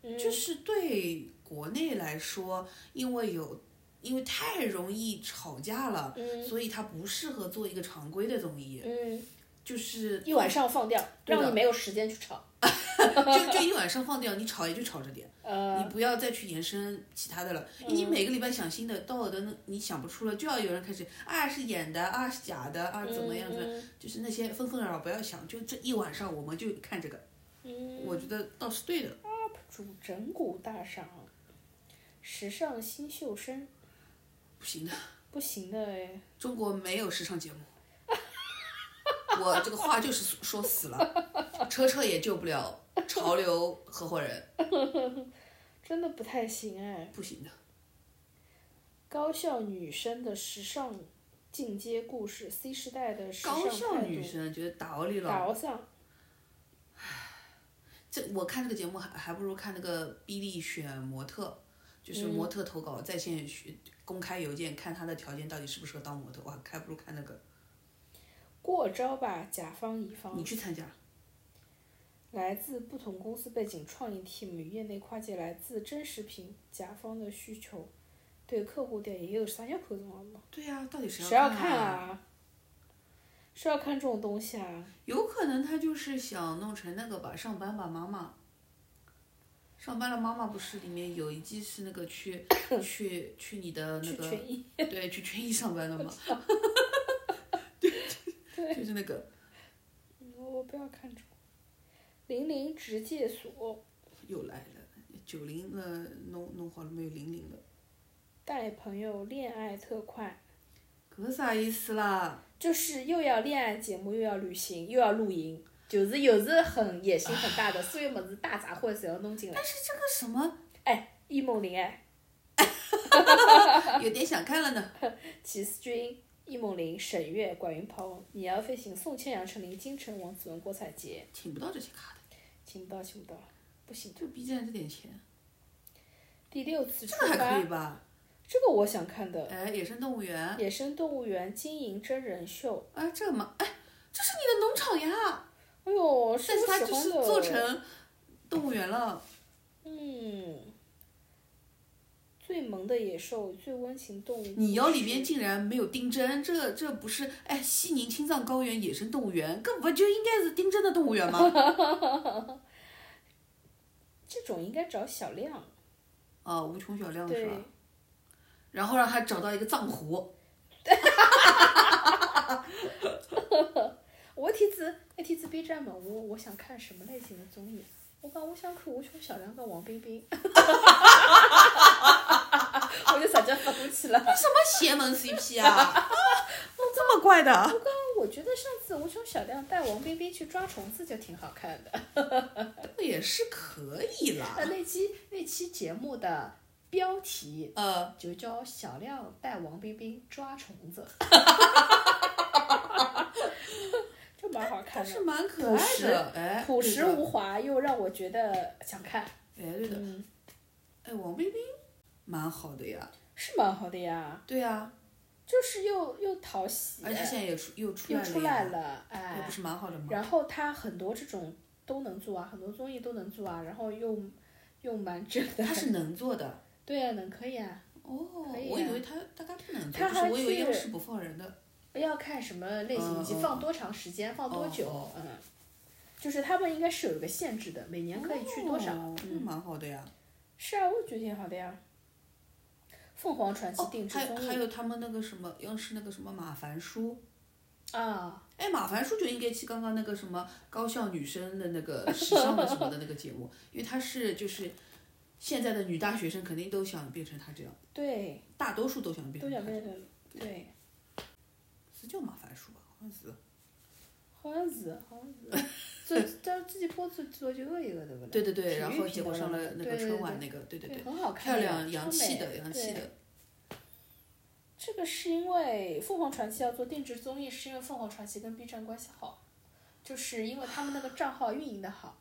S3: 嗯
S4: 就是对国内来说，因为有因为太容易吵架了，
S3: 嗯
S4: 所以它不适合做一个常规的综艺，
S3: 嗯，
S4: 就是
S3: 一晚上放掉，
S4: 对的
S3: 让你没有时间去吵。
S4: 就就一晚上放掉，你吵也就吵着点，
S3: 呃，
S4: 你不要再去延伸其他的了，你每个礼拜想新的，到我的那你想不出了，就要有人开始啊是演的啊是假的啊怎么样怎么样，
S3: 嗯
S4: 就是那些纷纷扰扰不要想，就这一晚上我们就看这个。
S3: 嗯，
S4: 我觉得倒是对的。
S3: 主整蛊大赏，时尚新秀生，
S4: 不行的，
S3: 不行的哎，
S4: 中国没有时尚节目。我这个话就是说死了，车车也救不了潮流合伙人，
S3: 真的不太行哎。
S4: 不行的。
S3: 高校女生的时尚进阶故事，C 时代的时尚
S4: 高校
S3: 态
S4: 女
S3: 度，
S4: 生觉得打奥利了，
S3: 倒上
S4: 这我看这个节目还还不如看那个比利选模特，就是模
S3: 嗯
S4: 特投稿在线选公开邮件，看他的条件到底适不适合当模特。哇，还不如看那个，
S3: 过招吧，甲方乙方。
S4: 你去参加，
S3: 来自不同公司背景创意 team 与业内跨界来自真实品甲方的需求，对客户点也有商业口中了嘛？
S4: 对呀、到底
S3: 谁
S4: 谁要
S3: 要看？啊？谁要看这种东西啊？
S4: 有可能他就是想弄成那个吧，上班吧妈妈，上班了妈妈不是里面有一季是那
S3: <laughs>
S4: 个去去去你的那
S3: 去
S4: 个
S3: 权益，
S4: 对
S3: <laughs>
S4: 去权益上班的嘛，对，就是那个
S3: 嗯我不要看这个。零零职介所，
S4: 又来了九零了，弄弄好了没有零零了，
S3: 带朋友恋爱特快，
S4: 搿啥意思啦？
S3: 就是又要恋爱节目，又要旅行，又要露营，就是又是很野心很大的，所有么子大杂烩侪要弄进来。
S4: 这个什
S3: <laughs>
S4: 么
S3: 易梦玲哎，
S4: 有点想看了呢？
S3: 齐思钧、易梦玲、沈月、管云鹏、你要飞行、宋茜、杨丞琳、金晨、王子文、郭采洁，
S4: 请不到这些卡的，
S3: 请不到，请不到，不行。
S4: 就 B 站这点钱，
S3: 第六次出
S4: 这还可
S3: 发
S4: 以，吧？
S3: 这个我想看的。
S4: 哎，野生动物园，
S3: 野生动物园经营真人秀，
S4: 哎，这个嘛，哎，这是你的农场呀，
S3: 哎呦，
S4: 但是
S3: 我
S4: 它
S3: 喜
S4: 就是
S3: 欢的。
S4: 做成动物园了，
S3: 嗯，最萌的野兽，最温情动物。
S4: 你腰里面竟然没有丁真，这这不是哎西宁青藏高原野生动物园，根本就应该是丁真的动物园吗？ <laughs>
S3: 这种应该找小亮，
S4: 啊，无穷小亮是
S3: 对
S4: 吧？，然后让他找到一个藏狐，
S3: 我提子，哎，提子 B 站嘛，我我想看什么类型的综艺？我讲我想看《无穷小亮》跟王冰冰， <laughs> 我就直接发过去了。
S4: 什么邪门 CP 啊？ <laughs> 这么怪的？
S3: 我觉得上次《无穷小亮》带王冰冰去抓虫子就挺好看的。
S4: 这也是可以
S3: 那 <laughs>
S4: 啦。
S3: 那期那期节目的标题
S4: 呃，
S3: 就叫“小亮带王冰冰抓虫子”， <laughs> 就蛮好
S4: 还
S3: 看
S4: 是
S3: 的。
S4: 蛮可爱的，哎，
S3: 朴实
S4: 对的
S3: 无华，又让我觉得想看。
S4: 哎，对的，
S3: 嗯，
S4: 哎，王冰冰蛮好的呀，
S3: 是蛮好的呀。
S4: 对呀，
S3: 就是又又讨喜，
S4: 而且现在也出又出
S3: 又
S4: 来
S3: 出
S4: 了
S3: 来
S4: 呀，
S3: 了，
S4: 那
S3: 哎
S4: 不，是蛮好的吗？
S3: 然后他很多这种都能做啊，很多综艺都能做啊，然后又又蛮正的， <laughs>
S4: 他是能做的。
S3: 对啊，能可以啊。
S4: 哦，
S3: 可以
S4: 我以
S3: 啊
S4: 为他大概不能做，
S3: 他
S4: 就是
S3: 还
S4: 我以为
S3: 去
S4: 央视不放人的。
S3: 要看什么类型以及
S4: 嗯嗯
S3: 放多长时间，放多久，
S4: 哦
S3: 嗯，就是他们应该是有一个限制的，每年可以去多少。
S4: 哦那
S3: 嗯，
S4: 蛮好的呀。
S3: 是啊，我觉得挺好的呀。凤凰传奇
S4: 哦
S3: 定，制
S4: 还有
S3: 综
S4: 还
S3: 艺、
S4: 有他们那个什么央视那个什么马凡舒，
S3: 啊，
S4: 哎，马凡舒就应该去刚刚那个什么高校女生的那个时尚的什么的那个节
S3: <laughs>
S4: 目，因为她是就是现在的女大学生肯定都想变成她这样，
S3: 对，
S4: 大多数都想变
S3: 都
S4: 成她
S3: 想
S4: 这样。
S3: 变成
S4: <laughs>
S3: 对，
S4: 是叫马凡舒吧？好像是。
S3: 好像是好像是，
S4: <laughs>
S3: 做但自己播做做就个一个对不对？
S4: 对对对，
S3: 体
S4: 然
S3: 育
S4: 后
S3: 频
S4: 结果
S3: 道
S4: 上
S3: 的
S4: 了那
S3: 对
S4: 个
S3: 对
S4: 春
S3: 对
S4: 晚那个，对对对，
S3: 很好看
S4: 漂
S3: 的，
S4: 亮洋气
S3: 超美
S4: 的洋气
S3: 对
S4: 的，
S3: 这个是因为凤凰传奇要做定制综艺，是因为凤凰传奇跟 B 站关系好，就是因为他们那个账号运营的好，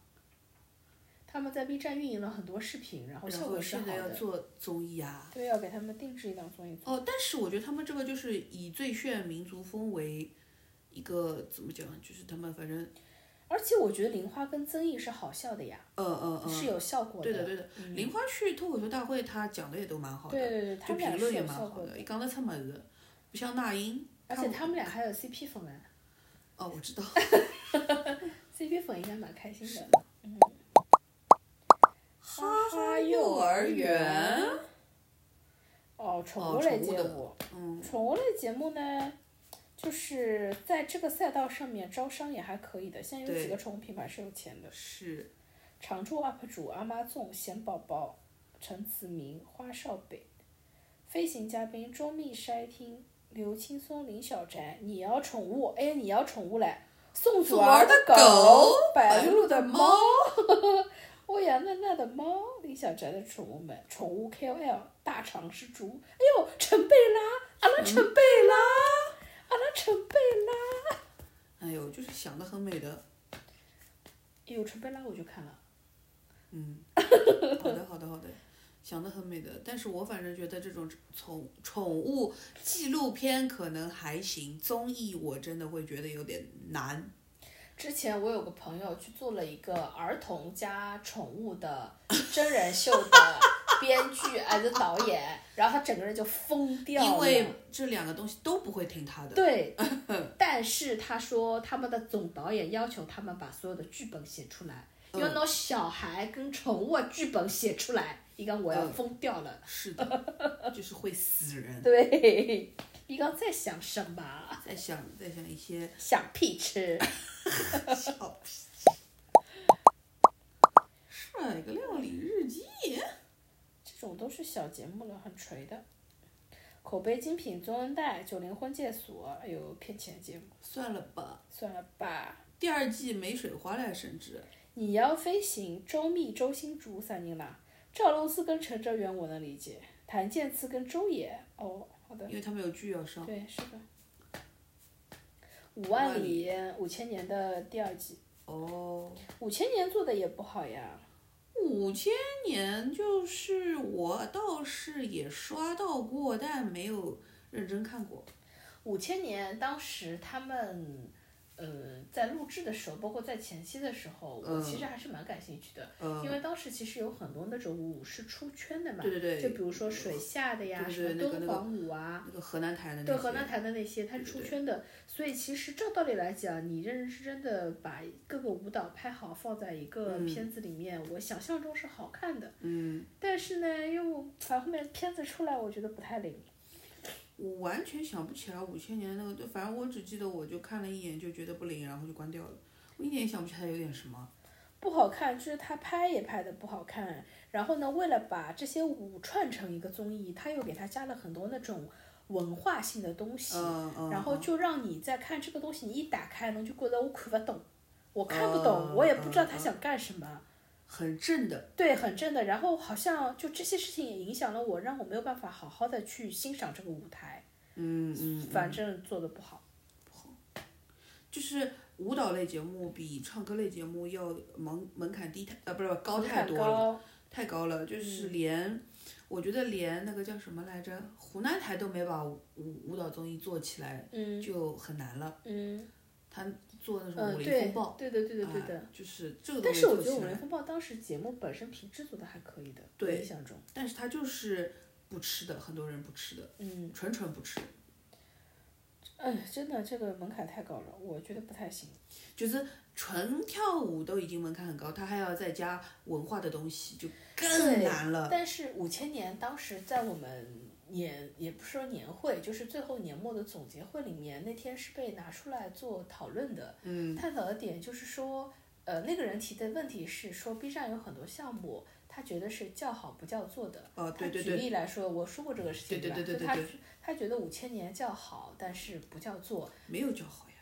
S3: 他们在 B 站运营了很多视频，然后
S4: 然
S3: 效
S4: 后
S3: 果是
S4: 现
S3: 好
S4: 在要
S3: 的。
S4: 做综艺啊。
S3: 对，要给他们定制一档综艺。
S4: 哦，但是我觉得他们这个就是以最炫民族风为一个怎么讲，就是他们反正
S3: 而且我觉得玲花跟曾毅是好笑的呀，
S4: 呃呃
S3: 是
S4: 呃，
S3: 有效果
S4: 对
S3: 的。嗯
S4: 的对的。林花去脱口秀大会，她讲的也都蛮好
S3: 对
S4: 的，
S3: 对对，他
S4: 就
S3: 们俩
S4: 评
S3: 是
S4: 论也
S3: 有
S4: 蛮
S3: 效
S4: 好
S3: 果的，
S4: 的，伊讲了出么子，不像那英。
S3: 而且
S4: 她
S3: 他们俩还有 CP 粉啊
S4: 哦，我知道，
S3: ，CP 粉应该蛮开心的。
S4: 哈哈幼儿园，
S3: 哦，宠
S4: 哦
S3: 物类
S4: 宠物
S3: 节
S4: 的
S3: 目，
S4: 嗯，
S3: 宠物类节目呢，就是在这个赛道上面招商也还可以的。现在有
S4: 对
S3: 几个宠物品牌是有钱的，
S4: 是
S3: 常驻 UP 啊主阿妈纵、贤宝宝、陈子明、花少北，飞行嘉宾周密筛听、刘青松、林小宅。你要宠物？哎，你要宠物嘞！宋祖
S4: 祖
S3: 儿
S4: 儿
S3: 的狗
S4: 的狗，
S3: 白
S4: 白
S3: 鹿
S4: 鹿
S3: 的
S4: 的
S3: 猫， <laughs> 欧阳娜娜的猫，林小宅的宠物们，宠物 KOL 大肠是猪。哎呦，陈贝拉，阿拉陈贝拉，阿拉陈贝拉。
S4: 哎呦，就是想的很美的，
S3: 哎呦，陈贝拉我就看了。
S4: 嗯，好的好的好的，想的很美的。但是我反正觉得这种宠宠物纪录片可能还行，综艺我真的会觉得有点难。
S3: 之前我有个朋友去做了一个儿童加宠物的真人秀的编剧还是导演，然后他整个人就疯掉了。
S4: 因为这两个东西都不会听他的。
S3: 对，但是他说他们的总导演要求他们把所有的剧本写出来，
S4: 嗯
S3: 要拿小孩跟宠物的剧本写出来，伊讲我要
S4: 嗯
S3: 疯掉了。
S4: 是的，就是会死人。
S3: 对，伊讲在想什么？
S4: 在想在想一些
S3: 想屁吃。
S4: 小屁。帅个料理日记，
S3: 这种都是小节目了，很锤的。口碑精品宗恩带九零婚介所，哎呦，骗钱节目，
S4: 算了吧。
S3: 算了吧。
S4: 第二季没水花了，甚至
S3: 你要飞行，周密、周星竹三人啦，赵露思跟陈哲远我能理解，谭健次跟周也，哦，好的，
S4: 因为他们有剧要上。
S3: 对，是的。五万里五千年的第二季，
S4: 哦，
S3: 五千年做的也不好呀，
S4: 五千年就是我倒是也刷到过，但没有认真看过。
S3: 五千年当时他们，呃，在录制的时候，包括在前期的时候，我
S4: 嗯
S3: 其实还是蛮感兴趣的，
S4: 呃，
S3: 因为当时其实有很多那种舞是出圈的嘛，
S4: 对对对，
S3: 就比如说水下的呀，
S4: 对
S3: 什
S4: 对
S3: 么
S4: 对那个
S3: 敦煌舞啊，
S4: 那个河南台的那
S3: 对
S4: 些
S3: 河南台的那些，它是出圈的。所以其实照道理来讲，你认认真真的把各个舞蹈拍好，放在一个
S4: 嗯
S3: 片子里面，我想象中是好看的。嗯。但是呢，又反后面片子出来，我觉得不太灵。
S4: 我完全想不起来五千年那个，就反正我只记得我就看了一眼就觉得不灵，然后就关掉了。我一点也想不起来有点什么。
S3: 不好看，就是他拍也拍的不好看。然后呢，为了把这些舞串成一个综艺，他又给他加了很多那种文化性的东西，
S4: 嗯嗯。
S3: 然后就让你在看这个东西，你一打开，侬就觉得我看不懂，我看不懂，
S4: 嗯
S3: 我也不知道
S4: 嗯
S3: 他想干什么。
S4: 很正的，
S3: 对，很正的。然后好像就这些事情也影响了我，让我没有办法好好的去欣赏这个舞台。
S4: 嗯嗯，
S3: 反正做的不好。
S4: 就是舞蹈类节目比唱歌类节目要门门槛低太呃不是高
S3: 门
S4: 太
S3: 槛
S4: 多了，
S3: 高，
S4: 太高了，
S3: 嗯
S4: 就是连、我觉得连那个叫什么来着，湖南台都没把舞舞舞蹈综艺做起来，
S3: 嗯
S4: 就很难了。
S3: 嗯
S4: 他做那种
S3: 嗯，
S4: 武
S3: 对
S4: 林风暴，
S3: 对的对的对的。
S4: 哎就是这个东
S3: 但
S4: 西
S3: 是我
S4: 做
S3: 觉得《
S4: 起
S3: 五
S4: 来，
S3: 人风暴》当时节目本身品质做的还可以的，
S4: 对
S3: 我印象中，
S4: 但是他就是不吃的，很多人不吃的，
S3: 嗯，
S4: 纯纯不吃，
S3: 哎，真的这个门槛太高了，我觉得不太行。
S4: 就是纯跳舞都已经门槛很高，他还要再加文化的东西，就更难了。
S3: 但是五千年当时在我们年也不是说年会，就是最后年末的总结会里面，那天是被拿出来做讨论的。嗯，探讨的点就是说，呃，那个人提的问题是说，B 站有很多项目，他觉得是叫好不叫座的。
S4: 哦，对对
S3: 他举
S4: 对，
S3: 例来说，我说过这个事情，
S4: 对对
S3: 吧？
S4: 对
S3: 就
S4: 对
S3: 他
S4: 对
S3: 他觉得五千年叫好，但是不叫座。
S4: 没有教好呀。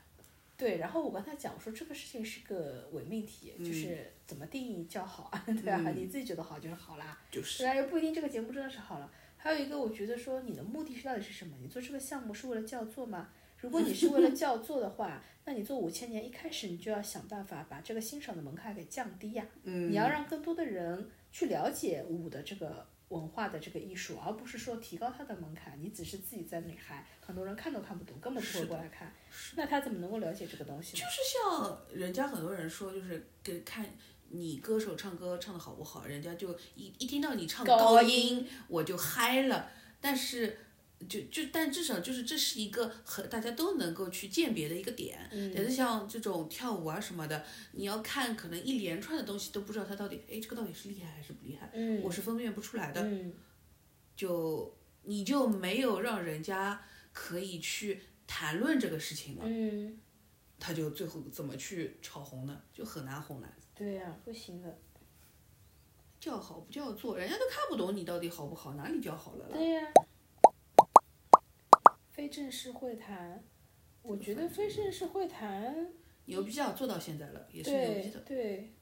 S3: 对，然后我跟他讲，我说这个事情是个伪命题，就是怎么定义叫好，啊 <laughs> 对吧、你自己觉得好就是好啦，
S4: 就是
S3: 对啊，又不一定这个节目真的是好了。还有一个，我觉得说你的目的是到底是什么？你做这个项目是为了叫做吗？如果你是为了叫做的话，那你做五千年一开始你就要想办法把这个欣赏的门槛给降低呀、
S4: 嗯
S3: 你要让更多的人去了解舞的这个文化的这个艺术，而不是说提高它的门槛。你只是自己在那里嗨，很多人看都看不懂，根本不
S4: 是
S3: 会
S4: 的
S3: 过来看。那他怎么能够了解这个东西呢？
S4: 就是像人家很多人说，就是给看你歌手唱歌唱的好不好，人家就一一听到你唱
S3: 高
S4: 高音我就嗨了。但是就就但至少就是这是一个很大家都能够去鉴别的一个点。
S3: 嗯
S4: 但是像这种跳舞啊什么的，你要看可能一连串的东西都不知道它到底，哎，这个到底是厉害还是不厉害，
S3: 嗯
S4: 我是分辨不出来的。
S3: 嗯，
S4: 就你就没有让人家可以去谈论这个事情了。
S3: 嗯，
S4: 他就最后怎么去炒红呢？就很难红了。
S3: 对呀、不行的。
S4: 叫好不叫座，人家都看不懂你到底好不好，哪里叫好了啦？
S3: 对呀、非正式会谈，我觉得非正式会谈，
S4: 牛逼啊，做到现在了，也是牛
S3: 对
S4: 逼的。
S3: 对，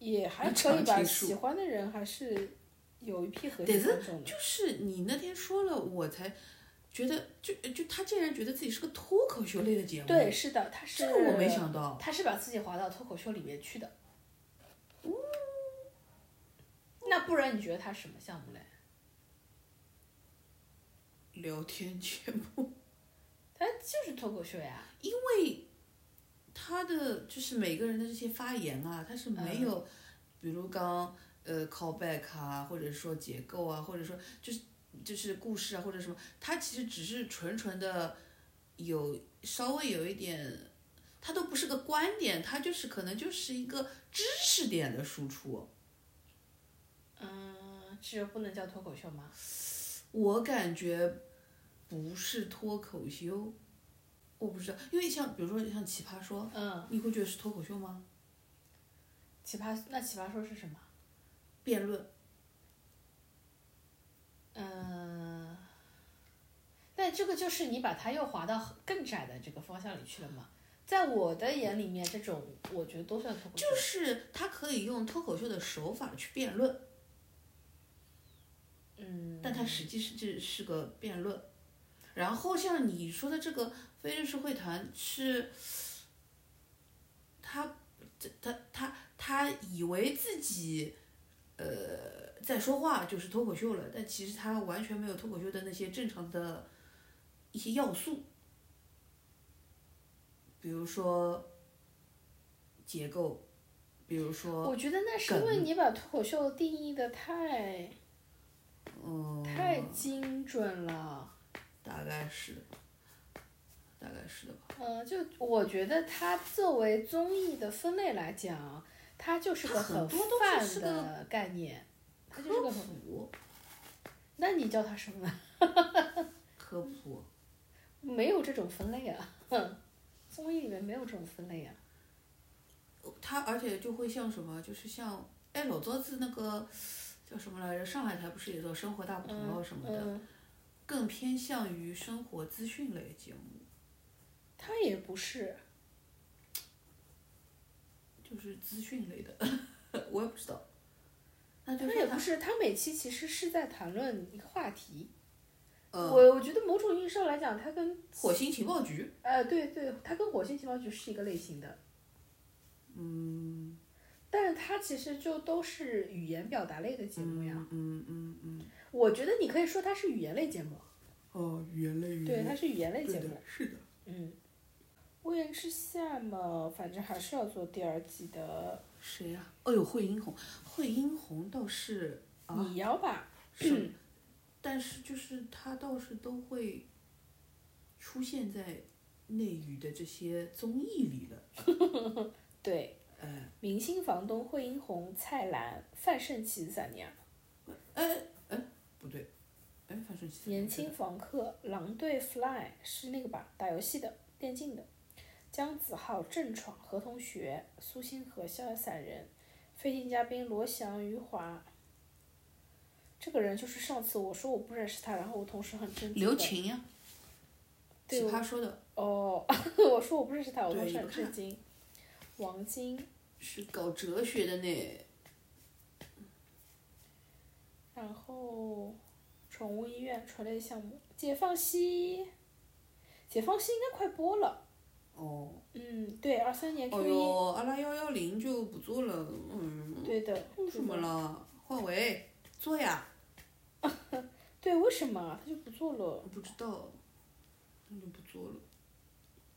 S3: 也还
S4: 一
S3: 可以
S4: 场
S3: 吧。
S4: 结束
S3: 喜欢的人还是有一批核
S4: 但
S3: 心
S4: 是
S3: 观众的。
S4: 就是你那天说了，我才觉得，就就他竟然觉得自己是个脱口秀类的节目，
S3: 对，是的，他是
S4: 这个我没想到。
S3: 他是把自己划到脱口秀里面去的。
S4: 嗯
S3: 那不然你觉得他什么项目嘞？
S4: 聊天节目，
S3: 他就是脱口秀呀。
S4: 因为他的就是每个人的这些发言啊，他是没有，比如刚呃 callback 啊，或者说结构啊，或者说就是就是故事啊，或者什么，他其实只是纯纯的有稍微有一点，它都不是个观点，它就是可能就是一个知识点的输出。
S3: 嗯，这不能叫脱口秀吗？
S4: 我感觉不是脱口秀，我不知道，因为像比如说像《奇葩说》，
S3: 嗯，
S4: 你会觉得是脱口秀吗？
S3: 奇葩那奇葩说是什么？
S4: 辩论，
S3: 嗯，但这个就是你把它又滑到更窄的这个方向里去了嘛。在我的眼里面，这种我觉得都算脱口秀。
S4: 就是它可以用脱口秀的手法去辩论，
S3: 嗯，
S4: 但它实际是这是个辩论。然后像你说的这个非正式会谈是，他这他他他以为自己呃在说话就是脱口秀了，但其实他完全没有脱口秀的那些正常的一些要素，比如说结构，比如说
S3: 我觉得那是因为你把脱口秀定义的太
S4: 嗯
S3: 太精准了。
S4: 大概是的吧，大概是的吧。
S3: 嗯，就我觉得它作为综艺的分类来讲，它就是个
S4: 它很多都是
S3: 泛
S4: 是个
S3: 的概念，它就是个
S4: 科
S3: 很。
S4: 普，
S3: 那你叫它什么呢？
S4: 科普，
S3: 没有这种分类啊， <laughs> 综艺里面没有这种分类啊。
S4: 它而且就会像什么，就是像哎，老早子那个叫什么来着？上海台不是也做《生活大不同》啊什么的，
S3: 嗯，
S4: 更偏向于生活资讯类节目，
S3: 它也不是，
S4: 就是资讯类的， <laughs> 我也不知道。那就
S3: 它
S4: 是
S3: 也
S4: 它
S3: 不是，它每期其实是在谈论一个话题。
S4: 呃，
S3: 我我觉得某种意义上来讲，它跟
S4: 火星情报局，
S3: 呃，对对，它跟《火星情报局》是一个类型的。嗯。
S4: 嗯
S3: 但它其实就都是语言表达类的节目呀。嗯嗯嗯我觉得你可以说它是语言类节目，
S4: 哦，语言类，语
S3: 对，
S4: 言
S3: 它
S4: 类，
S3: 是语言类节
S4: 对
S3: 目。
S4: 的，是的。
S3: 嗯。屋檐之下嘛，反正还是要做第二季的。
S4: 谁呀、哦呦，惠英红，惠英红倒是啊，
S3: 你嗯要吧，
S4: 是，但是就是他倒是都会出现在内娱的这些综艺里的，
S3: 对，
S4: 哎
S3: 明星房东惠英红、蔡澜、范盛琪是啥人啊？
S4: 哎哎，不对，哎，反正其实
S3: 年轻房客、狼队 Fly 是那个吧？打游戏的，电竞的。姜子浩、郑爽、何同学、苏星河、逍遥散人，飞行嘉宾罗翔、余华。这个人就是上次我说我不认识他，然后我同事很震惊
S4: 刘
S3: 的。
S4: 晴呀、
S3: 对
S4: 奇葩说的
S3: 哦， <laughs> 我说我不认识他，我
S4: 对
S3: 同事
S4: 你
S3: 很
S4: 不看
S3: 震惊。王晶，
S4: 是搞哲学的呢，
S3: 然后宠物医院垂类项目，解放西，解放西应该快播了。
S4: 哦，
S3: 嗯，对，二三年 Q
S4: 哦
S3: 一、
S4: 哟，阿拉幺幺零就不做了，嗯，
S3: 对的，
S4: 为什么了？换维做呀？
S3: 对，为什么啊他就不做了？
S4: 不知道，那就不做了。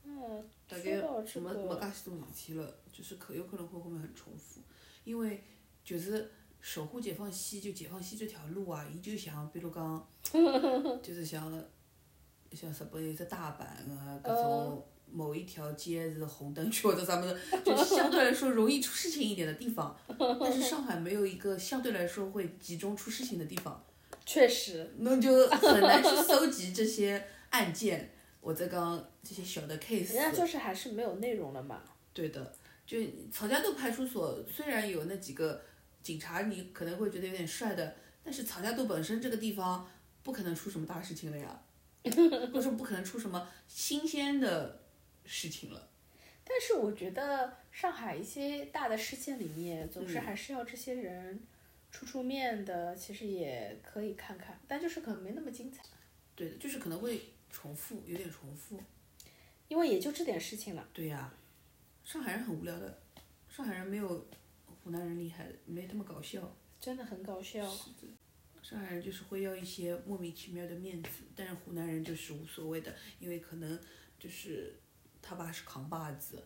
S3: 嗯，
S4: 大
S3: 说
S4: 概
S3: 到这
S4: 什么没
S3: 个，
S4: 噶许多事体了，就是可有可能会后面很重复，因为就是守护解放西，就解放西这条路啊，伊就像比
S3: <laughs>
S4: 如讲，就是像像日本有只大阪
S3: 嗯
S4: 啊，各种某一条街是红灯区或者啥么的，就是相对来说容易出事情一点的地
S3: <laughs>
S4: 方，但是上海没有一个相对来说会集中出事情的地方。
S3: 确实，
S4: 那就很难去搜集这些案件，我在讲这些小的
S3: 人家
S4: case。
S3: 就是还是没有内容了嘛。
S4: 对的，就曹家渡派出所虽然有那几个警察，你可能会觉得有点帅的，但是曹家渡本身这个地方不可能出什么大事情了呀，或者说不可能出什么新鲜的事情了。
S3: 但是我觉得上海一些大的事件里面，总是
S4: 嗯
S3: 还是要这些人出出面的，其实也可以看看，但就是可能没那么精彩，
S4: 对的，就是可能会重复，有点重复。
S3: 因为也就这点事情了。
S4: 对呀、上海人很无聊的，上海人没有湖南人厉害，没他们搞笑。
S3: 真的很搞笑，
S4: 上海人就是会要一些莫名其妙的面子，但是湖南人就是无所谓的，因为可能就是他爸是扛把子，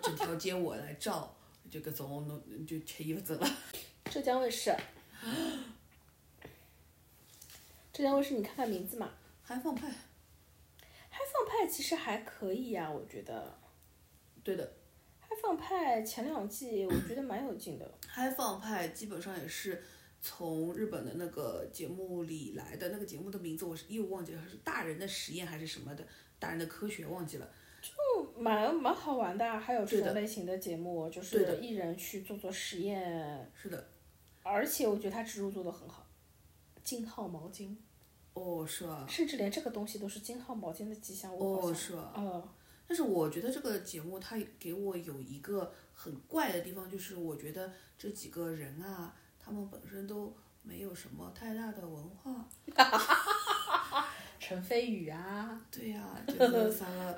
S4: 整条街我来罩，就各种弄就吃衣服走了。
S3: 浙江卫
S4: <gasps>
S3: 视，浙江卫视，你看看名字嘛，
S4: 韩放派
S3: 嗨放派其实还可以呀、我觉得。
S4: 对的，
S3: 嗨放派前两季我觉得蛮有劲的， <clears throat>
S4: 嗨放派基本上也是从日本的那个节目里来的，那个节目的名字我是又忘记了，是大人的实验还是什么的，大人的科学忘记了。
S3: 就蛮蛮好玩的啊。还有这
S4: 对
S3: 种
S4: 的
S3: 类型的节目，就
S4: 对
S3: 是
S4: 的
S3: 艺人去做做实验，
S4: 是的，
S3: 而且我觉得他植入做的很好。金号毛巾，
S4: 哦，是吧？
S3: 甚至连这个东西都是金号毛巾的吉祥物，好
S4: 哦，
S3: 像。
S4: 是吧？
S3: 呃，
S4: 但是我觉得这个节目它给我有一个很怪的地方，就是我觉得这几个人啊，他们本身都没有什么太大的文化。
S3: 陈飞宇啊，
S4: 对呀、就是反而，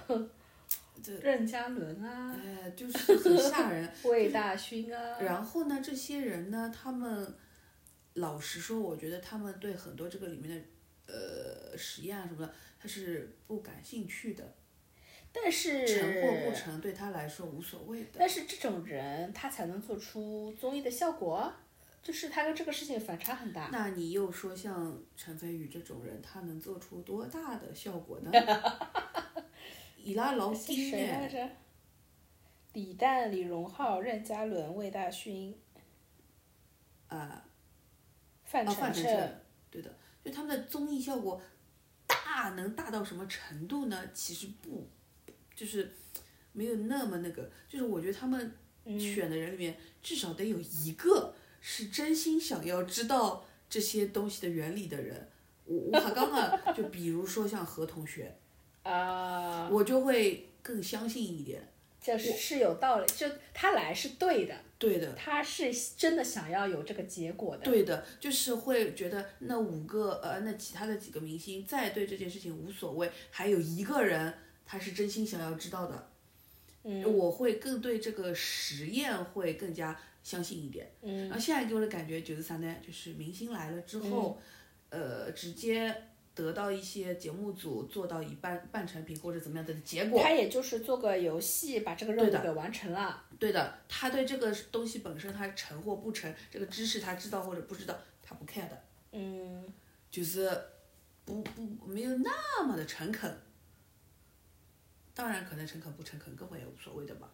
S4: 对，
S3: 任嘉伦啊，
S4: 哎，就是很吓人。 <laughs>
S3: 魏大勋啊，
S4: 然后呢，这些人呢，他们老实说，我觉得他们对很多这个里面的呃实验啊什么的，他是不感兴趣的，
S3: 但是
S4: 成或不成对他来说无所谓的。
S3: 但是这种人他才能做出综艺的效果，就是他跟这个事情反差很大。
S4: 那你又说像陈飞宇这种人，他能做出多大的效果
S3: <laughs>
S4: 呢？伊拉老
S3: 是
S4: 丁
S3: 谁来
S4: 哎，
S3: 着？李诞、李荣浩、任嘉伦、魏大勋、
S4: 啊，
S3: 范
S4: 啊，
S3: 丞
S4: 范丞
S3: 丞，
S4: 丞，对的，就他们的综艺效果大能大到什么程度呢？其实不，就是没有那么那个，就是我觉得他们
S3: 嗯，
S4: 选的人里面，至少得有一个是真心想要知道这些东西的原理的人。我我还刚刚就比如说像何同学，
S3: 啊，
S4: 我就会更相信一点。
S3: 就是是有道理，就他来是对的，
S4: 对的，
S3: 他是真的想要有这个结果的。
S4: 对的，就是会觉得那五个呃，那其他的几个明星再对这件事情无所谓，还有一个人他是真心想要知道的，
S3: 嗯
S4: 我会更对这个实验会更加相信一点。然
S3: 嗯
S4: 后现在给我的感觉就是啥呢？就是明星来了之
S3: 嗯
S4: 后，呃，直接得到一些节目组做到一半半成品或者怎么样的结果。
S3: 他也就是做个游戏，把这个任
S4: 对
S3: 务
S4: 的
S3: 给完成了。
S4: 对的，他对这个东西本身他成或不成，这个知识他知道或者不知道，他不 care 的。
S3: 嗯，
S4: 就是不不没有那么的诚恳。当然，可能诚恳不诚恳根本也无所谓的嘛。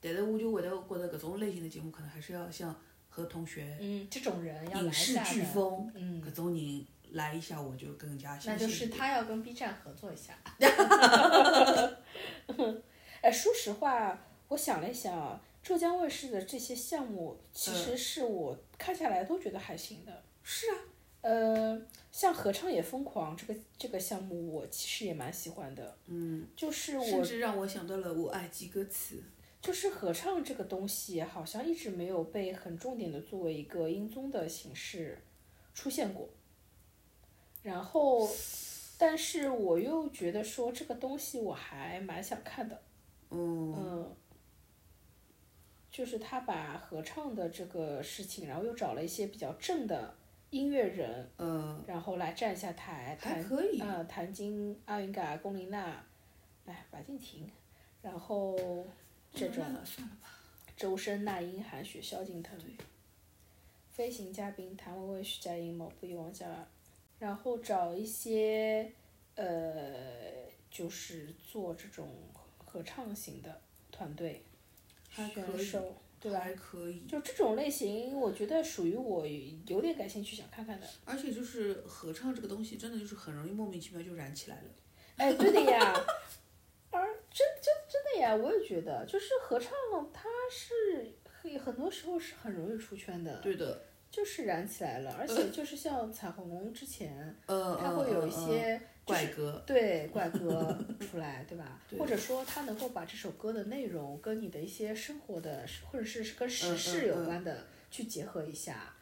S4: 但是我就会得觉得搿种类型的节目，可能还是要像和同学
S3: 嗯，这种人要来
S4: 影
S3: 一
S4: 视
S3: 下
S4: 飓
S3: 的。
S4: 风
S3: 嗯，
S4: 搿种人来一下，我就更加
S3: 那
S4: 相
S3: 就
S4: 信一点。
S3: 是他要跟 B 站合作一
S4: <laughs>
S3: 下。哎，说实话，我想了一想啊，浙江卫视的这些项目，其实是我看下来都觉得还行的。
S4: 嗯是啊，
S3: 呃，像合唱也疯狂这个这个项目，我其实也蛮喜欢的。嗯，就是
S4: 甚
S3: 我
S4: 至让我想到了我爱记歌词。
S3: 就是合唱这个东西，好像一直没有被很重点的作为一个音综的形式出现过。然后，但是我又觉得说这个东西我还蛮想看的，
S4: 嗯，
S3: 嗯，就是他把合唱的这个事情，然后又找了一些比较正的音乐人，
S4: 呃，
S3: 然后来站下台
S4: 还
S3: 弹
S4: 可以。
S3: 啊，谭晶、阿云嘎、龚琳娜，哎，白敬亭，然后这种
S4: 算了算了吧。
S3: 周深、那英、韩雪、萧敬腾
S4: 对，
S3: 飞行嘉宾谭维维、徐佳莹、毛不易、王嘉尔，然后找一些呃，就是做这种合唱型的团队
S4: 还
S3: 选
S4: 可以
S3: 手，对吧？
S4: 还可以。
S3: 就这种类型，我觉得属于我有点感兴趣，想看看的。
S4: 而且就是合唱这个东西，真的就是很容易莫名其妙就燃起来了。
S3: 哎，对的呀， <laughs> 而真真真的呀，我也觉得，就是合唱，它是很很多时候是很容易出圈的，
S4: 对的，
S3: 就是燃起来
S4: 嗯
S3: 了，而且就是像彩虹之前，
S4: 呃，
S3: 它
S4: 呃
S3: 会有一
S4: 呃呃
S3: 些
S4: 怪歌，
S3: 对怪歌出来，对吧？
S4: 对
S3: 或者说它能够把这首歌的内容跟你的一些生活的，或者是跟时
S4: 嗯
S3: 事有
S4: 嗯
S3: 关的去结合一下，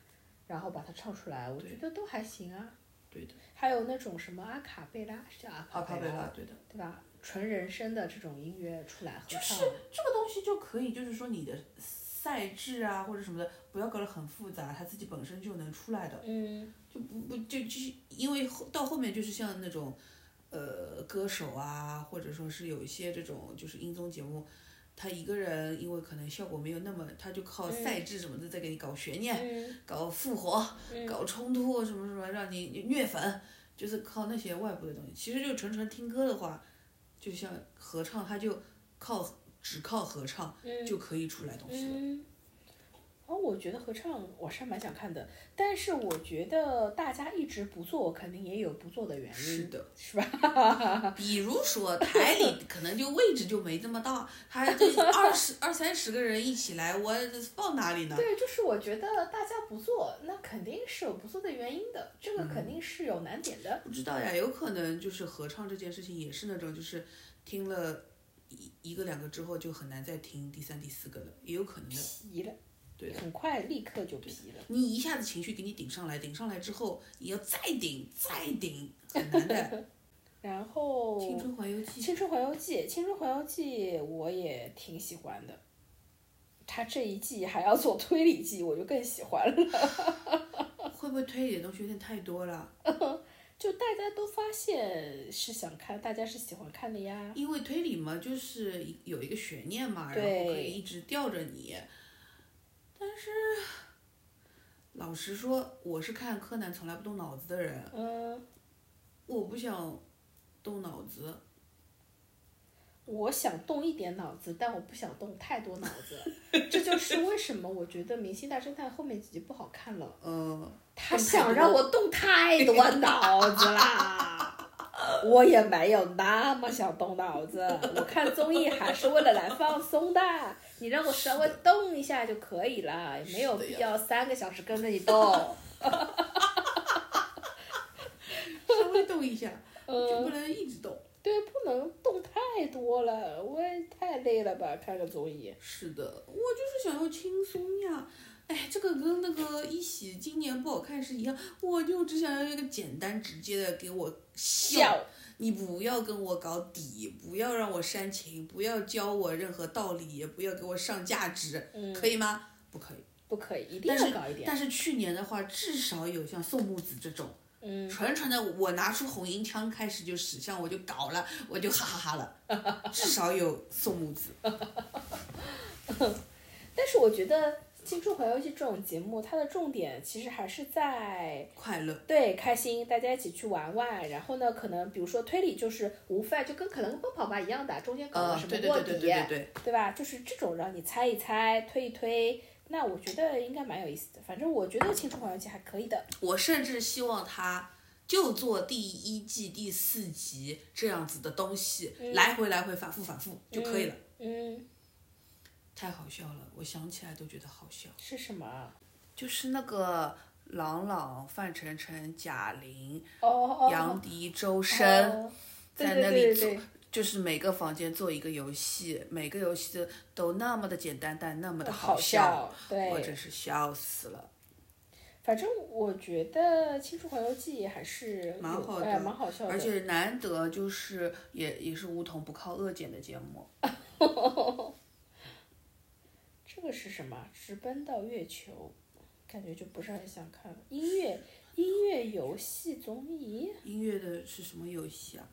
S3: 然后把它唱出来，我觉得
S4: 对
S3: 都还行啊。
S4: 对的，
S3: 还有那种什么阿卡贝拉，是叫阿
S4: 阿
S3: 卡
S4: 卡贝
S3: 拉
S4: 拉，对的，
S3: 对吧？纯人声的这种音乐出来合唱，
S4: 这个东西就可以，就是说你的赛制啊或者什么的，不要搞得很复杂，它自己本身就能出来的，
S3: 嗯，
S4: 就不不就就是因为后到后面就是像那种，呃，歌手啊，或者说是有一些这种就是音综节目。他一个人，因为可能效果没有那么，他就靠赛制什么的在给你搞悬念、
S3: 嗯
S4: 搞复活、
S3: 嗯
S4: 搞冲突啊什么什么，让你虐粉，就是靠那些外部的东西。其实就纯纯听歌的话，就像合唱，它就靠只靠合唱
S3: 嗯
S4: 就可以出来东西了。
S3: 嗯，哦，我觉得合唱我是还蛮想看的，但是我觉得大家一直不做，肯定也有不做的原因，
S4: 是的，
S3: 是吧？啊
S4: 比如说台里可能就位置就没这么大，他这二十二三十个人一起来，我放哪
S3: <laughs>
S4: 里呢？
S3: 对，就是我觉得大家不做，那肯定是有不做的原因的，这个
S4: 嗯
S3: 肯定是有难点的。
S4: 不知道呀，有可能就是合唱这件事情也是那种，就是听了一一个两个之后就很难再听第三第四个了，也有可能的。
S3: 疲了，
S4: 对的
S3: 很快立刻就疲了。
S4: 你一下子情绪给你顶上来，顶上来之后，你要再顶再顶，很难的。
S3: 然后
S4: 青春环游记，
S3: 青春环游记》《青春环游记》我也挺喜欢的，它这一季还要做推理季，我就更喜欢了。
S4: 会不会推理的东西有点太多了？
S3: 就大家都发现是想看，大家是喜欢看的呀。
S4: 因为推理嘛，就是一有一个悬念嘛，然
S3: 对
S4: 后可以一直吊着你。但是，老实说，我是看柯南从来不动脑子的人，
S3: 嗯，
S4: 我不想动脑子。
S3: 我想动一点脑子，但我不想动太多脑子。这就是为什么我觉得《明星大侦探》后面几集不好看了。
S4: 嗯，
S3: 他
S4: 动太
S3: 想
S4: 多
S3: 让我动太多脑子
S4: <laughs>
S3: 啦，我也没有那么想动脑子。我看综艺还是为了来放松的，你让我稍微动一下就可以了，也没有必要三个小时跟着你
S4: <laughs>
S3: 动。
S4: 稍微动一下，就
S3: 嗯
S4: 不，能一直动。
S3: 对，不能动太多了，我也太累了吧？看个综艺，
S4: 是的，我就是想要轻松呀。哎，这个跟那个一喜今年不好看是一样，我就只想要一个简单直接的给我笑。
S3: 笑
S4: 你不要跟我搞底，不要让我煽情，不要教我任何道理，也不要给我上价值，
S3: 嗯
S4: 可以吗？不可以。
S3: 不可以，一定
S4: 但
S3: 要
S4: 是
S3: 搞一点。
S4: 但是去年的话，至少有像宋木子这种。
S3: 嗯，
S4: 纯纯的，我拿出红缨枪开始就使向，我就搞了，我就哈哈哈
S3: <laughs>
S4: 了。至少有宋木子，
S3: 但是我觉得《青春环游记》这种节目，它的重点其实还是在
S4: 快乐。
S3: 对，开心，大家一起去玩玩。然后呢，可能比如说推理就是无非就跟可能跟奔跑吧一样的，中间搞
S4: 呃
S3: 了，什么
S4: 对对
S3: 卧
S4: 对
S3: 底，
S4: 对对对对，
S3: 对吧？就是这种让你猜一猜，推一推。那我觉得应该蛮有意思的，反正我觉得《青春环游记》还可以的。
S4: 我甚至希望他就做第一季第四集这样子的东西，来回来回反复反复就可以了。
S3: 嗯，
S4: 太好笑了，我想起来都觉得好笑。
S3: 是什么啊？
S4: 就是那个郎朗、范丞丞、贾玲、
S3: 哦哦，
S4: 杨迪、周深。
S3: 哦
S4: 在
S3: 对
S4: 那
S3: 对
S4: 里
S3: 对
S4: 做
S3: 对
S4: 就是每个房间做一个游戏，每个游戏都那么的简单，但那么的
S3: 好
S4: 笑，
S3: 笑对
S4: 我真是笑死了。
S3: 反正我觉得《青春环游记》还是
S4: 蛮
S3: 有
S4: 好
S3: 哎，
S4: 的
S3: 蛮好笑的。
S4: 而且难得就是也也是梧桐不靠恶剪的节目，
S3: 这个是什么？直奔到月球，感觉就不是很想看了。音乐音乐游戏综艺，
S4: 音乐的是什么游戏啊？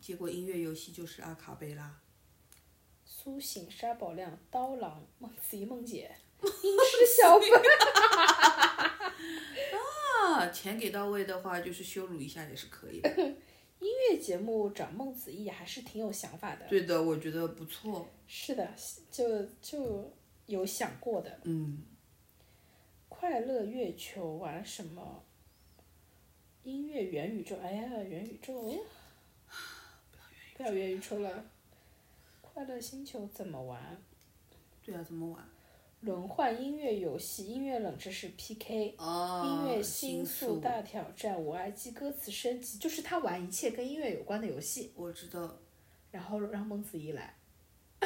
S4: 结果音乐游戏就是阿卡贝拉，
S3: 苏醒、沙宝亮、刀郎、孟子怡、孟
S4: <laughs>
S3: 姐、英式小本。
S4: 啊，钱给到位的话，就是羞辱一下也是可以的。
S3: <laughs> 音乐节目找孟子义还是挺有想法的。
S4: 对的，我觉得不错。
S3: 是的，就就有想过的。
S4: 嗯，
S3: 快乐月球玩什么？音乐元宇宙，哎呀，元宇宙，不要元宇宙了。快乐星球怎么玩？
S4: 对啊，怎么玩？
S3: 轮换音乐游戏、音乐冷知识 PK、
S4: 啊，
S3: 哦音乐
S4: 新
S3: 新速大挑战、我爱记歌词升级，就是他玩一切跟音乐有关的游戏，
S4: 我知道，
S3: 然后让孟子怡来，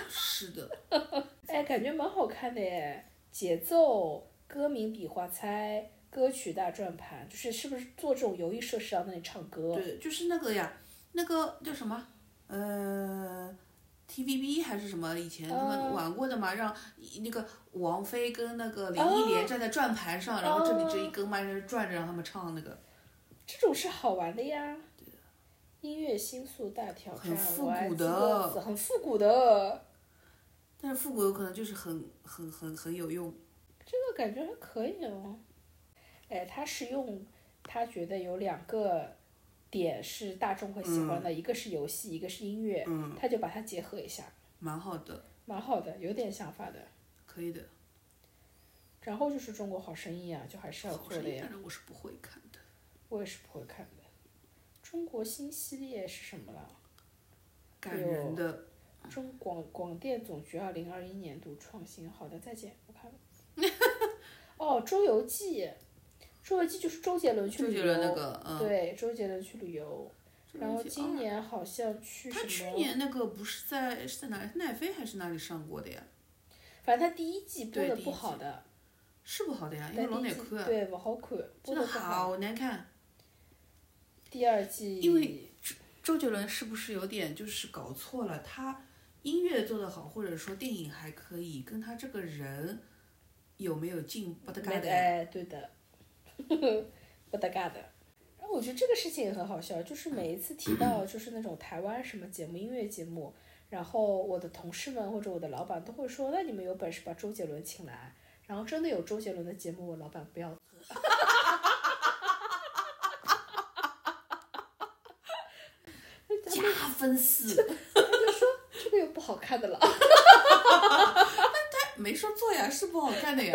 S4: 是的。
S3: 哎，感觉蛮好看的耶。节奏、歌名比划猜、歌曲大转盘，就是是不是做这种游艺设施让那里唱歌？
S4: 对，就是那个呀，那个叫什么？呃，TVB 还是什么？以前他们
S3: 嗯
S4: 玩过的嘛，让一那个王菲跟那个林忆
S3: 哦
S4: 莲站在转盘上，然后这里这一根嘛在这转着，让他们唱那个
S3: 这种是好玩的呀。音乐新速大挑战，
S4: 很复
S3: 我爱
S4: 古
S3: 记
S4: 的
S3: 歌词，很复古的，
S4: 但是复古有可能就是很很很很有用，
S3: 这个感觉还可以哦。哎，他是用他觉得有两个
S4: 嗯
S3: 点是大众会喜欢的，一个是游戏，一个是音乐，他就把它结合一下。
S4: 蛮好的，
S3: 蛮好的，有点想法的。
S4: 可以的。
S3: 然后就是《中国好声音》啊，就还是要
S4: 好
S3: 做
S4: 声
S3: 的
S4: 音，
S3: 呀，
S4: 反正我是不会看的。
S3: 我也是不会看的。中国新系列是什么啦？哎
S4: 感人的，
S3: 中广广电总局二零二一年度创新。好的，再见，我看了。哦，《周游记》，《周游记》就是周杰伦去
S4: 周
S3: 旅
S4: 杰
S3: 游，
S4: 伦那个，嗯，
S3: 对，周杰伦去旅游，
S4: 周
S3: 然后
S4: 杰伦
S3: 今
S4: 哦
S3: 年好像去
S4: 他
S3: 什
S4: 去
S3: 么？
S4: 年那个不是在是在哪里？是奈飞还是哪里上过的呀？
S3: 反正他第一季播
S4: 对
S3: 的
S4: 第一
S3: 不
S4: 季
S3: 好的，
S4: 是不好的呀，因为
S3: 但
S4: 老
S3: 第一
S4: 奶
S3: 季
S4: 哭啊，
S3: 对不好看，播
S4: 真
S3: 的
S4: 的
S3: 不好。
S4: 好难看。
S3: 第二季
S4: 因为周杰伦是不是有点就是搞错了？他音乐做得好，或者说电影还可以，跟他这个人有没有进步的
S3: 没
S4: 干
S3: 得
S4: 的？
S3: 哎，对的， <laughs> 不搭嘎的。然后我觉得这个事情也很好笑，就是每一次提到就是那种台湾什么节目、音乐节目，然后我的同事们或者我的老板都会说，那你们有本事把周杰伦请来。然后真的有周杰伦的节目，我老板不
S4: <laughs>
S3: 要做。哎
S4: 加分四，
S3: 这个又不好看的了。
S4: 没说错呀，是不好看的
S3: <laughs>
S4: 呀。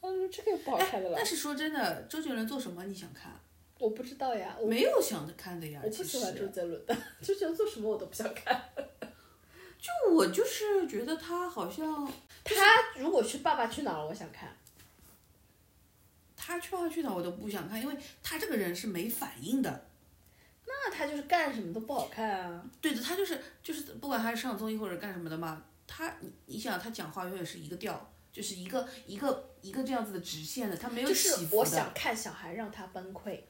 S3: 嗯，这个又不好看的了
S4: 但。哎是说真的，周杰伦做什么你想看？
S3: 我不知道呀，我
S4: 没有想着看的呀
S3: 我，不
S4: 其
S3: 喜欢周
S4: 实。
S3: 杰伦的， <laughs> 周杰伦做什么我都不想看。
S4: 就我就是觉得他好像
S3: 他如果去《爸爸去哪儿》，我想看。
S4: 他去哪去哪我都不想看，因为他这个人是没反应的。
S3: 那他就是干什么都不好看啊。
S4: 对的，他就是就是，不管他是上综艺或者干什么的嘛，他你你想他讲话永远是一个调，就是一个一个一个这样子的直线的，他没有
S3: 就
S4: 起
S3: 是
S4: 伏
S3: 我
S4: 的。
S3: 想看小孩让他崩溃。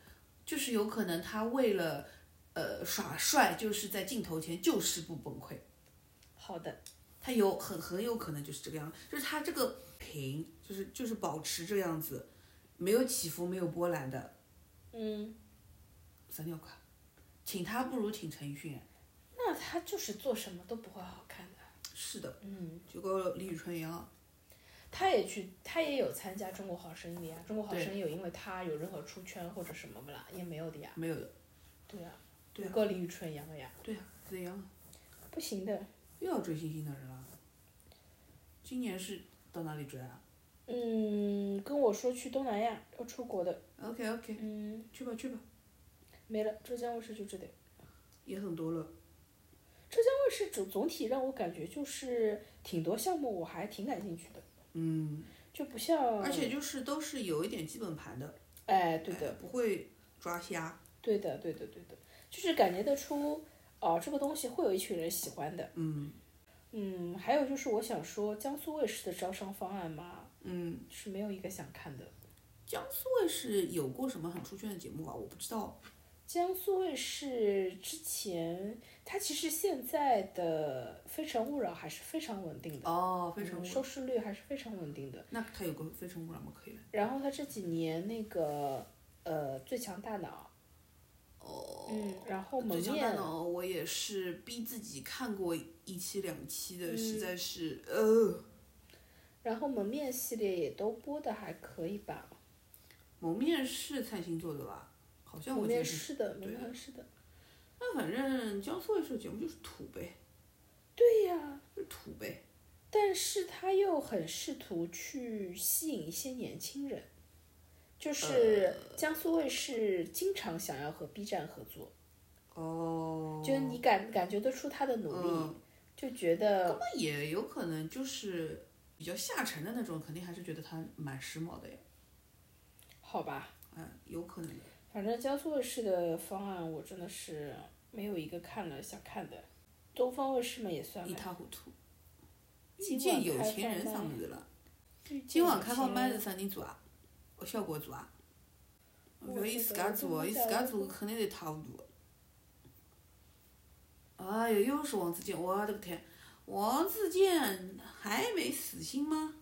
S4: 就是有可能他为了呃耍帅，就是在镜头前就是不崩溃，
S3: 好的，
S4: 他有很很有可能就是这个样子，就是他这个平就是就是保持这样子，没有起伏没有波澜的
S3: 嗯，
S4: 撒尿快，请他不如请陈奕迅。啊
S3: 那他就是做什么都不会好看的。
S4: 是的，
S3: 嗯，
S4: 就跟李宇春一样，啊
S3: 他也去，他也有参加《中国好声音》的呀，《中国好
S4: 对
S3: 声音》有因为他有任何出圈或者什么不啦，也没有的呀。
S4: 没有的，
S3: 对呀、
S4: 对啊
S3: 不跟李宇春一样的呀，
S4: 对呀、怎样？
S3: 不行的。
S4: 又要追星星的人了。今年是到哪里追啊
S3: 嗯，跟我说去东南亚要出国的，
S4: ？OK OK，
S3: 嗯，
S4: 去吧去吧，
S3: 没了。浙江卫视就这点。
S4: 也很多了。
S3: 浙江卫视总总体让我感觉就是挺多项目我还挺感兴趣的，
S4: 嗯，
S3: 就不像，
S4: 而且就是都是有一点基本盘的，
S3: 哎，对的
S4: 哎，不会抓瞎。
S3: 对的，对的，对的，就是感觉得出，哦、这个东西会有一群人喜欢的。
S4: 嗯
S3: 嗯，还有就是我想说，江苏卫视的招商方案嘛，
S4: 嗯，
S3: 是没有一个想看的。
S4: 江苏卫视有过什么很出圈的节目啊？我不知道。
S3: 江苏卫视之前，它其实现在的《非诚勿扰》还是非常稳定的，
S4: 哦，非
S3: 嗯
S4: 诚勿
S3: 收
S4: 扰。
S3: 视率还是非常稳定的。
S4: 那他有个非诚勿扰吗？可以了。
S3: 然后它这几年那个呃《最强大脑》，
S4: 哦。
S3: 嗯，然后蒙
S4: 最强大
S3: 面，
S4: 脑，我也是逼自己看过一期两期的，
S3: 嗯
S4: 实在是呃，
S3: 然后蒙面系列也都播的还可以吧。
S4: 蒙面是蔡欣做的吧？好像我
S3: 蒙
S4: 记得
S3: 面
S4: 是
S3: 是的，蒙
S4: 对的啊
S3: 面是的。
S4: 那反正江苏卫视节目就是土呗，
S3: 对呀、
S4: 就是土呗。
S3: 但是他又很试图去吸引一些年轻人，就是
S4: 呃
S3: 江苏卫视经常想要和 B 站合作，
S4: 哦嗯
S3: 就是你感感觉得出他的努力，就觉得
S4: 那也有可能就是比较下沉的那种，肯定还是觉得他蛮时髦的呀。
S3: 好吧，
S4: 嗯，有可能的。
S3: 反正江苏卫视的方案我真的是没有一个看了想看的，东方卫视嘛也算
S4: 一
S3: 吧。
S4: 塌糊涂。遇
S3: 今
S4: 见
S3: 晚
S4: 有
S3: 开放
S4: 钱人
S3: 麦
S4: 啥么子了？
S3: 遇见
S4: 今晚
S3: 有
S4: 开放
S3: 钱
S4: 麦
S3: 人
S4: 是啥人做啊？哦，效果做啊？
S3: 我
S4: 不要伊
S3: 觉
S4: 自
S3: 得
S4: 家
S3: 这
S4: 做，
S3: 么
S4: 伊自
S3: 讲
S4: 家
S3: 的
S4: 做
S3: 话
S4: 肯定是一塌糊涂。哎呦，又是王自健，我的个天！王自健还没死心吗？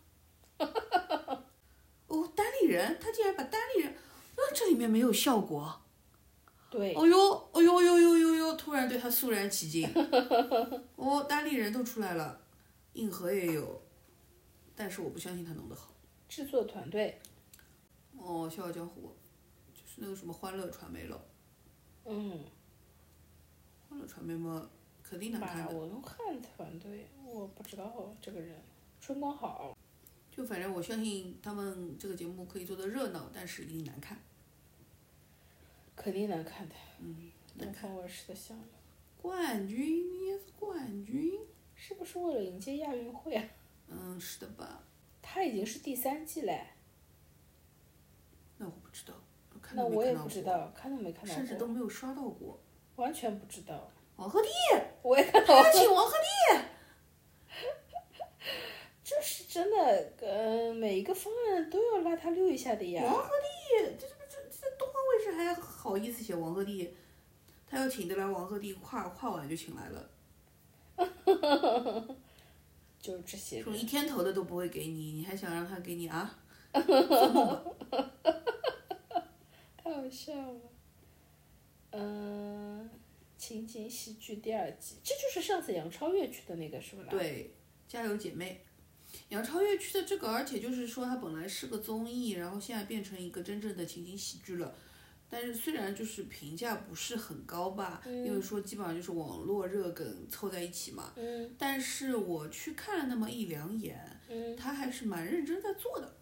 S4: 哦，单立人，他竟然把单立人，那、这里面没有效果。
S3: 对，
S4: 哦呦，哦呦呦呦呦呦！突然对他肃然起敬。哦，单立人都出来了，硬核也有，但是我不相信他弄得好。
S3: 制作团队，
S4: 哦，《笑傲江湖》就是那个什么欢乐传媒了，
S3: 嗯，
S4: 欢乐传媒嘛，肯定难看
S3: 马
S4: 的。
S3: 文翰团队，我不知道这个人。春光好，
S4: 就反正我相信他们这个节目可以做的热闹，但是一定难看，
S3: 肯定难看的，
S4: 难
S3: 东
S4: 嗯看。
S3: 方卫视的项目，
S4: 冠军 VS 冠军，
S3: 是不是为了迎接亚运会啊？
S4: 嗯，是的吧？
S3: 它已经是第三季嘞，
S4: 那我不知道，我看
S3: 那
S4: 都没
S3: 我也
S4: 看到
S3: 不知
S4: 过，
S3: 道，看都没看到
S4: 甚至
S3: 过，
S4: 都没有刷到过。
S3: 完全不知道。
S4: 王鹤棣，
S3: 我也
S4: <laughs>
S3: 看到
S4: 他请王鹤棣，
S3: 这是真的，呃，每一个方案都要拉他溜一下的呀。
S4: 王鹤棣，这这这这东方卫视还好意思写王鹤棣，他要请得来王鹤棣，跨跨晚就请来了，
S3: 就是这些
S4: 这
S3: 人
S4: 种一天头的都不会给你，你还想让他给你啊？做梦吧！
S3: 太好笑了。嗯、情景喜剧第二季，这就是上次杨超越去的那个，是不是？，
S4: 对，加油姐妹。杨超越去的这个，而且就是说，它本来是个综艺，然后现在变成一个真正的情景喜剧了。但是虽然就是评价不是很高吧，因为说基本上就是网络热梗凑在一起嘛。
S3: 嗯
S4: 但是我去看了那么一两眼，
S3: 嗯
S4: 他还是蛮认真在做的，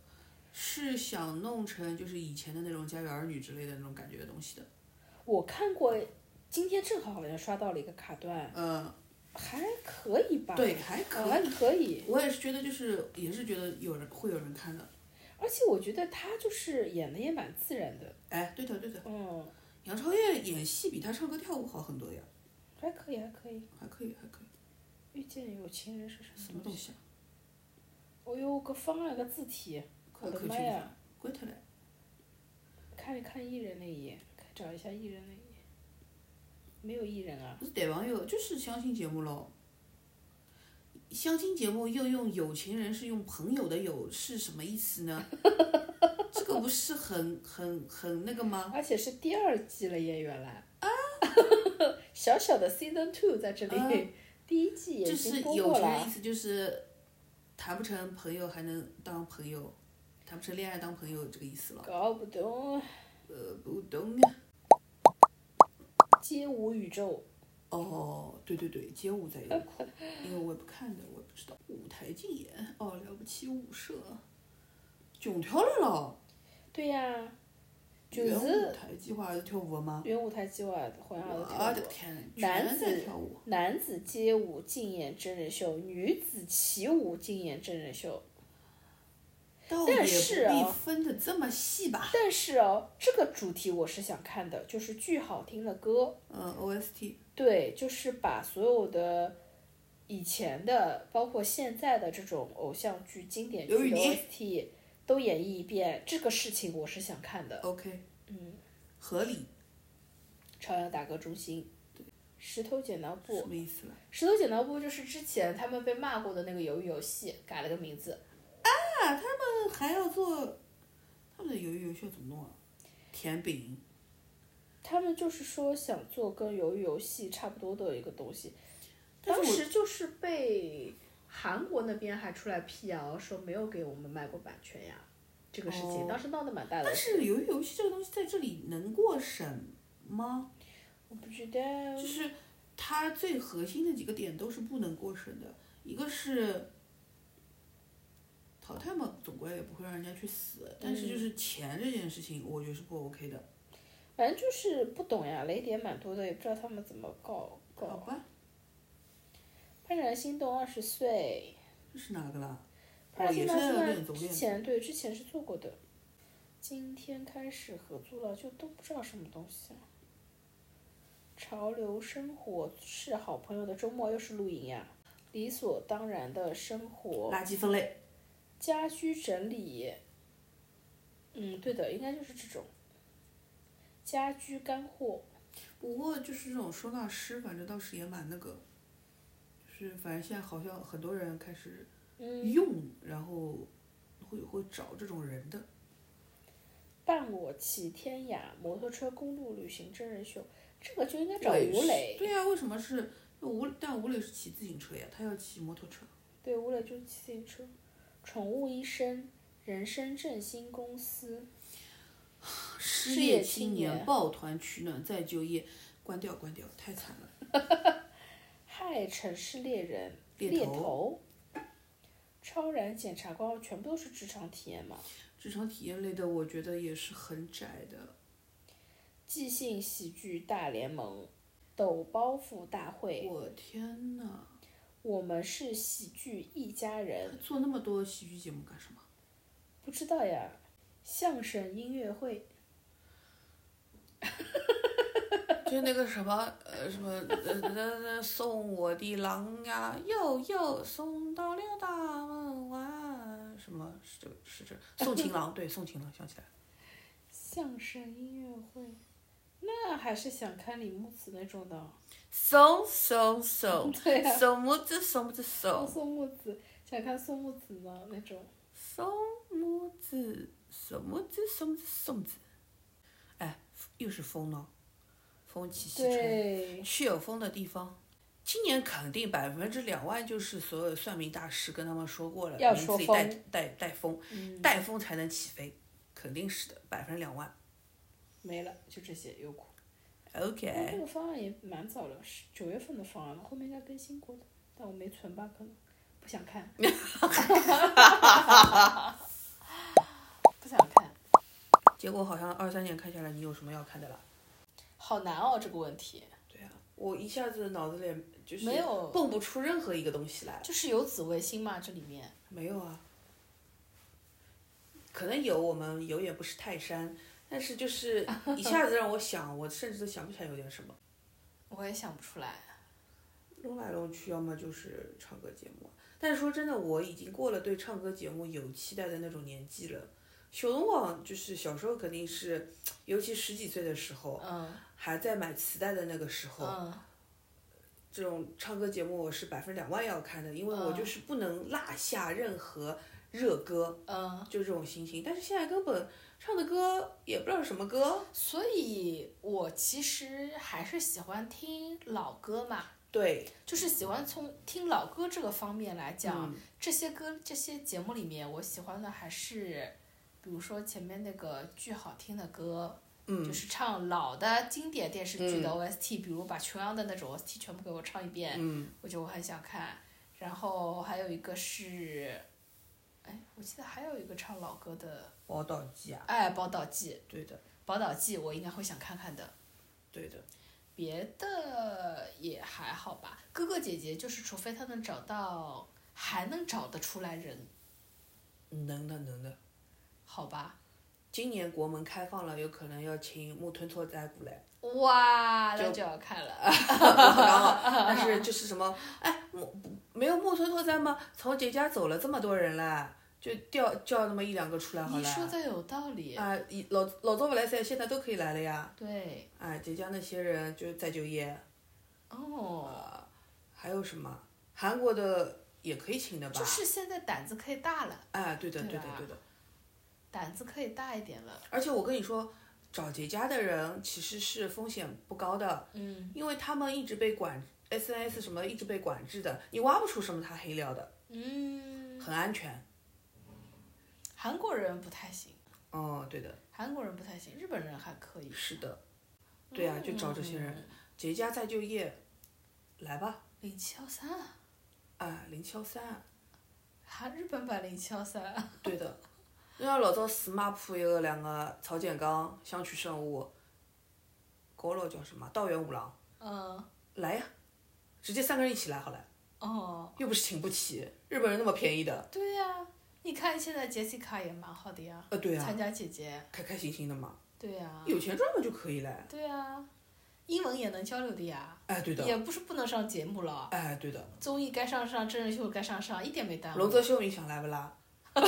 S4: 是想弄成就是以前的那种《家有儿女》之类的那种感觉的东西的。
S3: 我看过，今天正好好像刷到了一个卡段，
S4: 呃，
S3: 还可以吧？
S4: 对，还
S3: 呃，
S4: 可
S3: 还
S4: 以。
S3: 可以。
S4: 我也是觉得，就是也是觉得有人会有人看的。
S3: 而且我觉得他就是演的也蛮自然的，
S4: 哎，对的对的。
S3: 嗯，
S4: 杨超越演戏比她唱歌跳舞好很多呀，
S3: 还可以，还可以。
S4: 还可以，还可以。
S3: 遇见有情人是什
S4: 什
S3: 么
S4: 么
S3: 东
S4: 东
S3: 西？
S4: 西啊？
S3: 哦哟，个方案个字体，
S4: 快
S3: 我的
S4: 快去
S3: 妈呀
S4: 看，归特来。
S3: 看一看艺人那一页，看找一下艺人那一页，没有艺人啊。
S4: 不是逮网友，就是相亲节目喽。相亲节目又用有情人是用朋友的友是什么意
S3: <laughs>
S4: 思呢？这个不是很很很那个吗？
S3: 而且是第二季了耶，原来 <laughs> 啊，小小的 season two 在这里，
S4: 啊
S3: 第一季也
S4: 就
S3: 已
S4: 是
S3: 经播
S4: 有
S3: 过
S4: 情人意
S3: 了。
S4: 思就是谈不成朋友还能当朋友，谈不成恋爱当朋友这个意思了。
S3: 搞不懂，
S4: 呃，不懂
S3: 街舞宇宙
S4: 哦，对对对，街舞在优酷，因为我也不看的，我也不知道。舞台竞演，哦，了不起舞社，囧跳了咯。
S3: 对呀、就
S4: 原舞
S3: 是
S4: 台啊计划是跳舞的吗？
S3: 原舞啊台计划好像
S4: 我
S3: 都跳
S4: 的
S3: 过。
S4: 天，
S3: 男
S4: 全在
S3: 子
S4: 跳舞。
S3: 男子街舞竞演真人秀，女子起舞竞演真人秀。
S4: 倒
S3: 但
S4: 也
S3: 是
S4: 不
S3: 啊
S4: 必分的这么细吧？
S3: 但是哦，这个主题我是想看的，就是巨好听的歌。
S4: 嗯，OST，
S3: 对，就是把所有的以前的，包括现在的这种偶像剧、经典剧
S4: 刘宇
S3: 的
S4: 宁
S3: OST 都演绎一遍，这个事情我是想看的。
S4: OK，
S3: 嗯，
S4: 合理，
S3: 朝阳打歌中心，石头剪刀
S4: 什
S3: 布，
S4: 么意思了？
S3: 石头剪刀布就是之前他们被骂过的那个鱿鱼游戏，改了个名字。
S4: 那还要做他们的鱿鱼游戏要怎么弄啊？甜饼，
S3: 他们就是说想做跟鱿鱼游戏差不多的一个东西，
S4: 但
S3: 当
S4: 是我
S3: 时就是被韩国那边还出来辟谣，说没有给我们卖过版权呀，这个事情、
S4: 哦
S3: 当时闹得蛮大的。
S4: 但是鱿鱼游戏这个东西在这里能过审吗？
S3: 我不知道，
S4: 就是它最核心的几个点都是不能过审的，一个是淘汰嘛，总归也不会让人家去死，但
S3: 嗯
S4: 是就是钱这件事情，我觉得是不 OK 的。
S3: 反正就是不懂呀，雷点蛮多的，也不知道他们怎么搞搞。
S4: 好吧，
S3: 怦然心动二十岁，
S4: 这是哪个啦？
S3: 怦然
S4: 哦，
S3: 心
S4: 也是
S3: 动
S4: 要
S3: 二
S4: 练
S3: 十
S4: 总
S3: 岁之
S4: 练。
S3: 前对之前是做过的，今天开始合作了，就都不知道什么东西了。潮流生活是好朋友的周末又是露营呀，理所当然的生活。
S4: 垃圾分类，
S3: 家居整理，嗯，对的，应该就是这种。家居干货，
S4: 不过就是这种收纳师，反正倒是也蛮那个，就是反正现在好像很多人开始
S3: 嗯，
S4: 用，然后会会找这种人的。
S3: 伴我骑天涯，摩托车公路旅行真人秀，这个就应该找
S4: 对
S3: 吴磊。
S4: 对啊呀、为什么是吴？但吴磊是骑自行车呀，他要骑摩托车。
S3: 对，吴磊就是骑自行车。宠物医生，人生振兴公司，
S4: 失
S3: 业
S4: 业
S3: 青
S4: 青
S3: 年
S4: 年抱团取暖再就业，关掉关掉，太惨了。
S3: 爱城市猎人》
S4: 猎
S3: 猎
S4: 头
S3: 头、超然检察官，全部都是职场体验嘛。
S4: 职场体验类的，我觉得也是很窄的。
S3: 即兴喜剧大联盟、抖包袱大会，
S4: 我天呐，
S3: 我们是喜剧一家
S4: 他
S3: 人，
S4: 做那么多喜剧节目干什么？
S3: 不知道呀。相声音乐会，
S4: <laughs> 就那个什么呃什么呃那那送我的郎呀，又又送到了大门外，什么是这个是这送情郎对送情郎想起来了，
S3: 相声音乐会，那还是想看李木子那种
S4: 哦
S3: 的。
S4: 送送啊送
S3: 对呀、
S4: 送么子送么子
S3: 啊，
S4: 送
S3: 宋木子，想看宋木子的那种。
S4: 送么子送么子送么子送子，哎，又是风了，风起西吹。
S3: 对，
S4: 去有风的地方。今年肯定百分之两万，就是所有算命大师跟他们说过了，
S3: 要
S4: 你
S3: 说
S4: 自己带
S3: 风
S4: 带带风，
S3: 嗯，
S4: 带风才能起飞，肯定是的，百分之两万。
S3: 没了，就这些优酷。但这
S4: OK，
S3: 个方案也蛮早了，是九月份的方案了，后面应该更新过的，但我没存吧，可能不想看，不想看，
S4: 结果好像二三年看下来，你有什么要看的啦？
S3: 好难哦这个问题，
S4: 对啊，我一下子脑子里就是
S3: 没有
S4: 蹦不出任何一个东西来，
S3: 就是有紫微星嘛，这里面
S4: 没有啊。可能有，我们有眼不识泰山，但是就是一下子让我想，我甚至都想不起来有点什么。
S3: 我也想不出来，
S4: 弄来弄去，要么就是唱歌节目。啊但是说真的，我已经过了对唱歌节目有期待的那种年纪了。小龙网就是小时候肯定是，尤其十几岁的时候，
S3: 嗯
S4: 还在买磁带的那个时候，
S3: 嗯，
S4: 这种唱歌节目我是百分之两万要看的，因为我
S3: 嗯
S4: 就是不能落下任何热歌，
S3: 嗯，
S4: 就这种心情。但是现在根本唱的歌也不知道是什么歌，
S3: 所以我其实还是喜欢听老歌嘛，
S4: 对，
S3: 就是喜欢从听老歌这个方面来讲，
S4: 嗯
S3: 这些歌这些节目里面，我喜欢的还是，比如说前面那个巨好听的歌，就
S4: 嗯，
S3: 是唱老的经典电视剧的
S4: 嗯
S3: OST，、比如把琼瑶的那种 OST 全部给我唱一遍，
S4: 嗯，
S3: 我觉得我很想看。然后还有一个是，哎，我记得还有一个唱老歌的，
S4: 宝岛记啊，
S3: 哎，宝岛记，
S4: 对的，
S3: 宝岛记我应该会想看看的。
S4: 对的，
S3: 别的也还好吧，哥哥姐姐就是，除非他能找到，还能找得出来人，
S4: 嗯能的能的。
S3: 好吧？
S4: 今年国门开放了，有可能要请木村拓哉过来，
S3: 哇，那
S4: 就
S3: 就要看
S4: <laughs>
S3: 了。
S4: 然后但是就是什么，哎，木没有木村拓哉吗？从节假走了这么多人啦，就调叫那么一两个出来好
S3: 你说
S4: 了。
S3: 的有道理，
S4: 啊，以老老早不来噻，现在都可以来了呀。
S3: 对，
S4: 啊，节假那些人就再就业，
S3: 哦，
S4: 还有什么韩国的也可以请的吧
S3: 就？是现在胆子可以大了，
S4: 哎，对的，
S3: 对
S4: 对的
S3: 吧，
S4: 对的。
S3: 胆子可以大一点了。
S4: 而且我跟你说，找节假的人其实是风险不高的，
S3: 嗯
S4: 因为他们一直被管 SNS 什么一直被管制的，你挖不出什么他黑料的，
S3: 嗯，
S4: 很安全。
S3: 韩国人不太行，
S4: 哦，对的，
S3: 韩国人不太行，日本人还可以。
S4: 是的，对啊，就找这些人，
S3: 嗯。
S4: 节假再就业，来吧，
S3: 零七幺三，
S4: 啊，零七幺三，
S3: 韩日本版零七幺三，啊
S4: 对的。侬要老早死马铺一个两个曹建刚、相去甚恶，高老叫什么道元五郎
S3: 嗯，
S4: 来呀，直接三个人一起来好了，
S3: 哦。
S4: 又不是请不起，日本人那么便宜的，
S3: 对呀、你看现在杰西卡也蛮好的呀，
S4: 呃，对啊
S3: 参，加姐姐，
S4: 开开心心的嘛，
S3: 对呀、
S4: 有钱赚嘛就可以了，
S3: 对呀、英文也能交流的呀，
S4: 哎，对的，
S3: 也不是不能上节目了，啊
S4: 哎，对的。
S3: 综艺该上上，真人秀该上上，一点没耽误。
S4: 龙泽秀明想来不啦？ <laughs>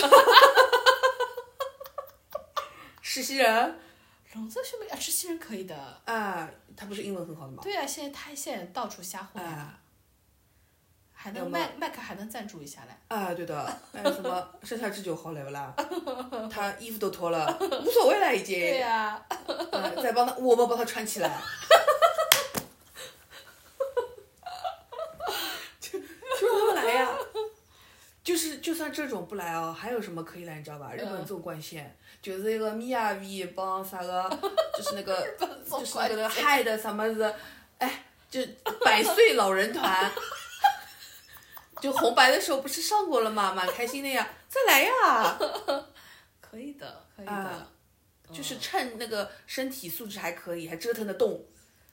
S4: 实习人
S3: 龙泽秀明啊，这些人可以的。
S4: 啊，他不是英文很好的吗？
S3: 对呀、现在他现在到处瞎混呀、
S4: 哎
S3: 还
S4: 要
S3: 能
S4: 么
S3: 麦麦克还能赞助一下嘞，
S4: 啊，对的，还有什么盛夏之酒好来不啦？他衣服都脱了，无所谓了已经。
S3: 对呀、
S4: 啊 <laughs> 再帮他，我们帮他穿起来。 <laughs> 就就他们来呀、就是就算这种不来哦，还有什么可以来，你知道吧？日本
S3: 嗯
S4: 纵贯线、就是一个米亚
S3: <laughs>
S4: V 帮啥个，就是那个
S3: 本纵
S4: 就是那
S3: 贯
S4: 个害的什么子，哎，就百岁老人团， <laughs> 就红白的时候不是上过了吗？蛮开心的呀，再来呀，
S3: <laughs> 可以的，嗯可以
S4: 啊
S3: 的，
S4: 就是趁那个身体素质还可以，还折腾得动，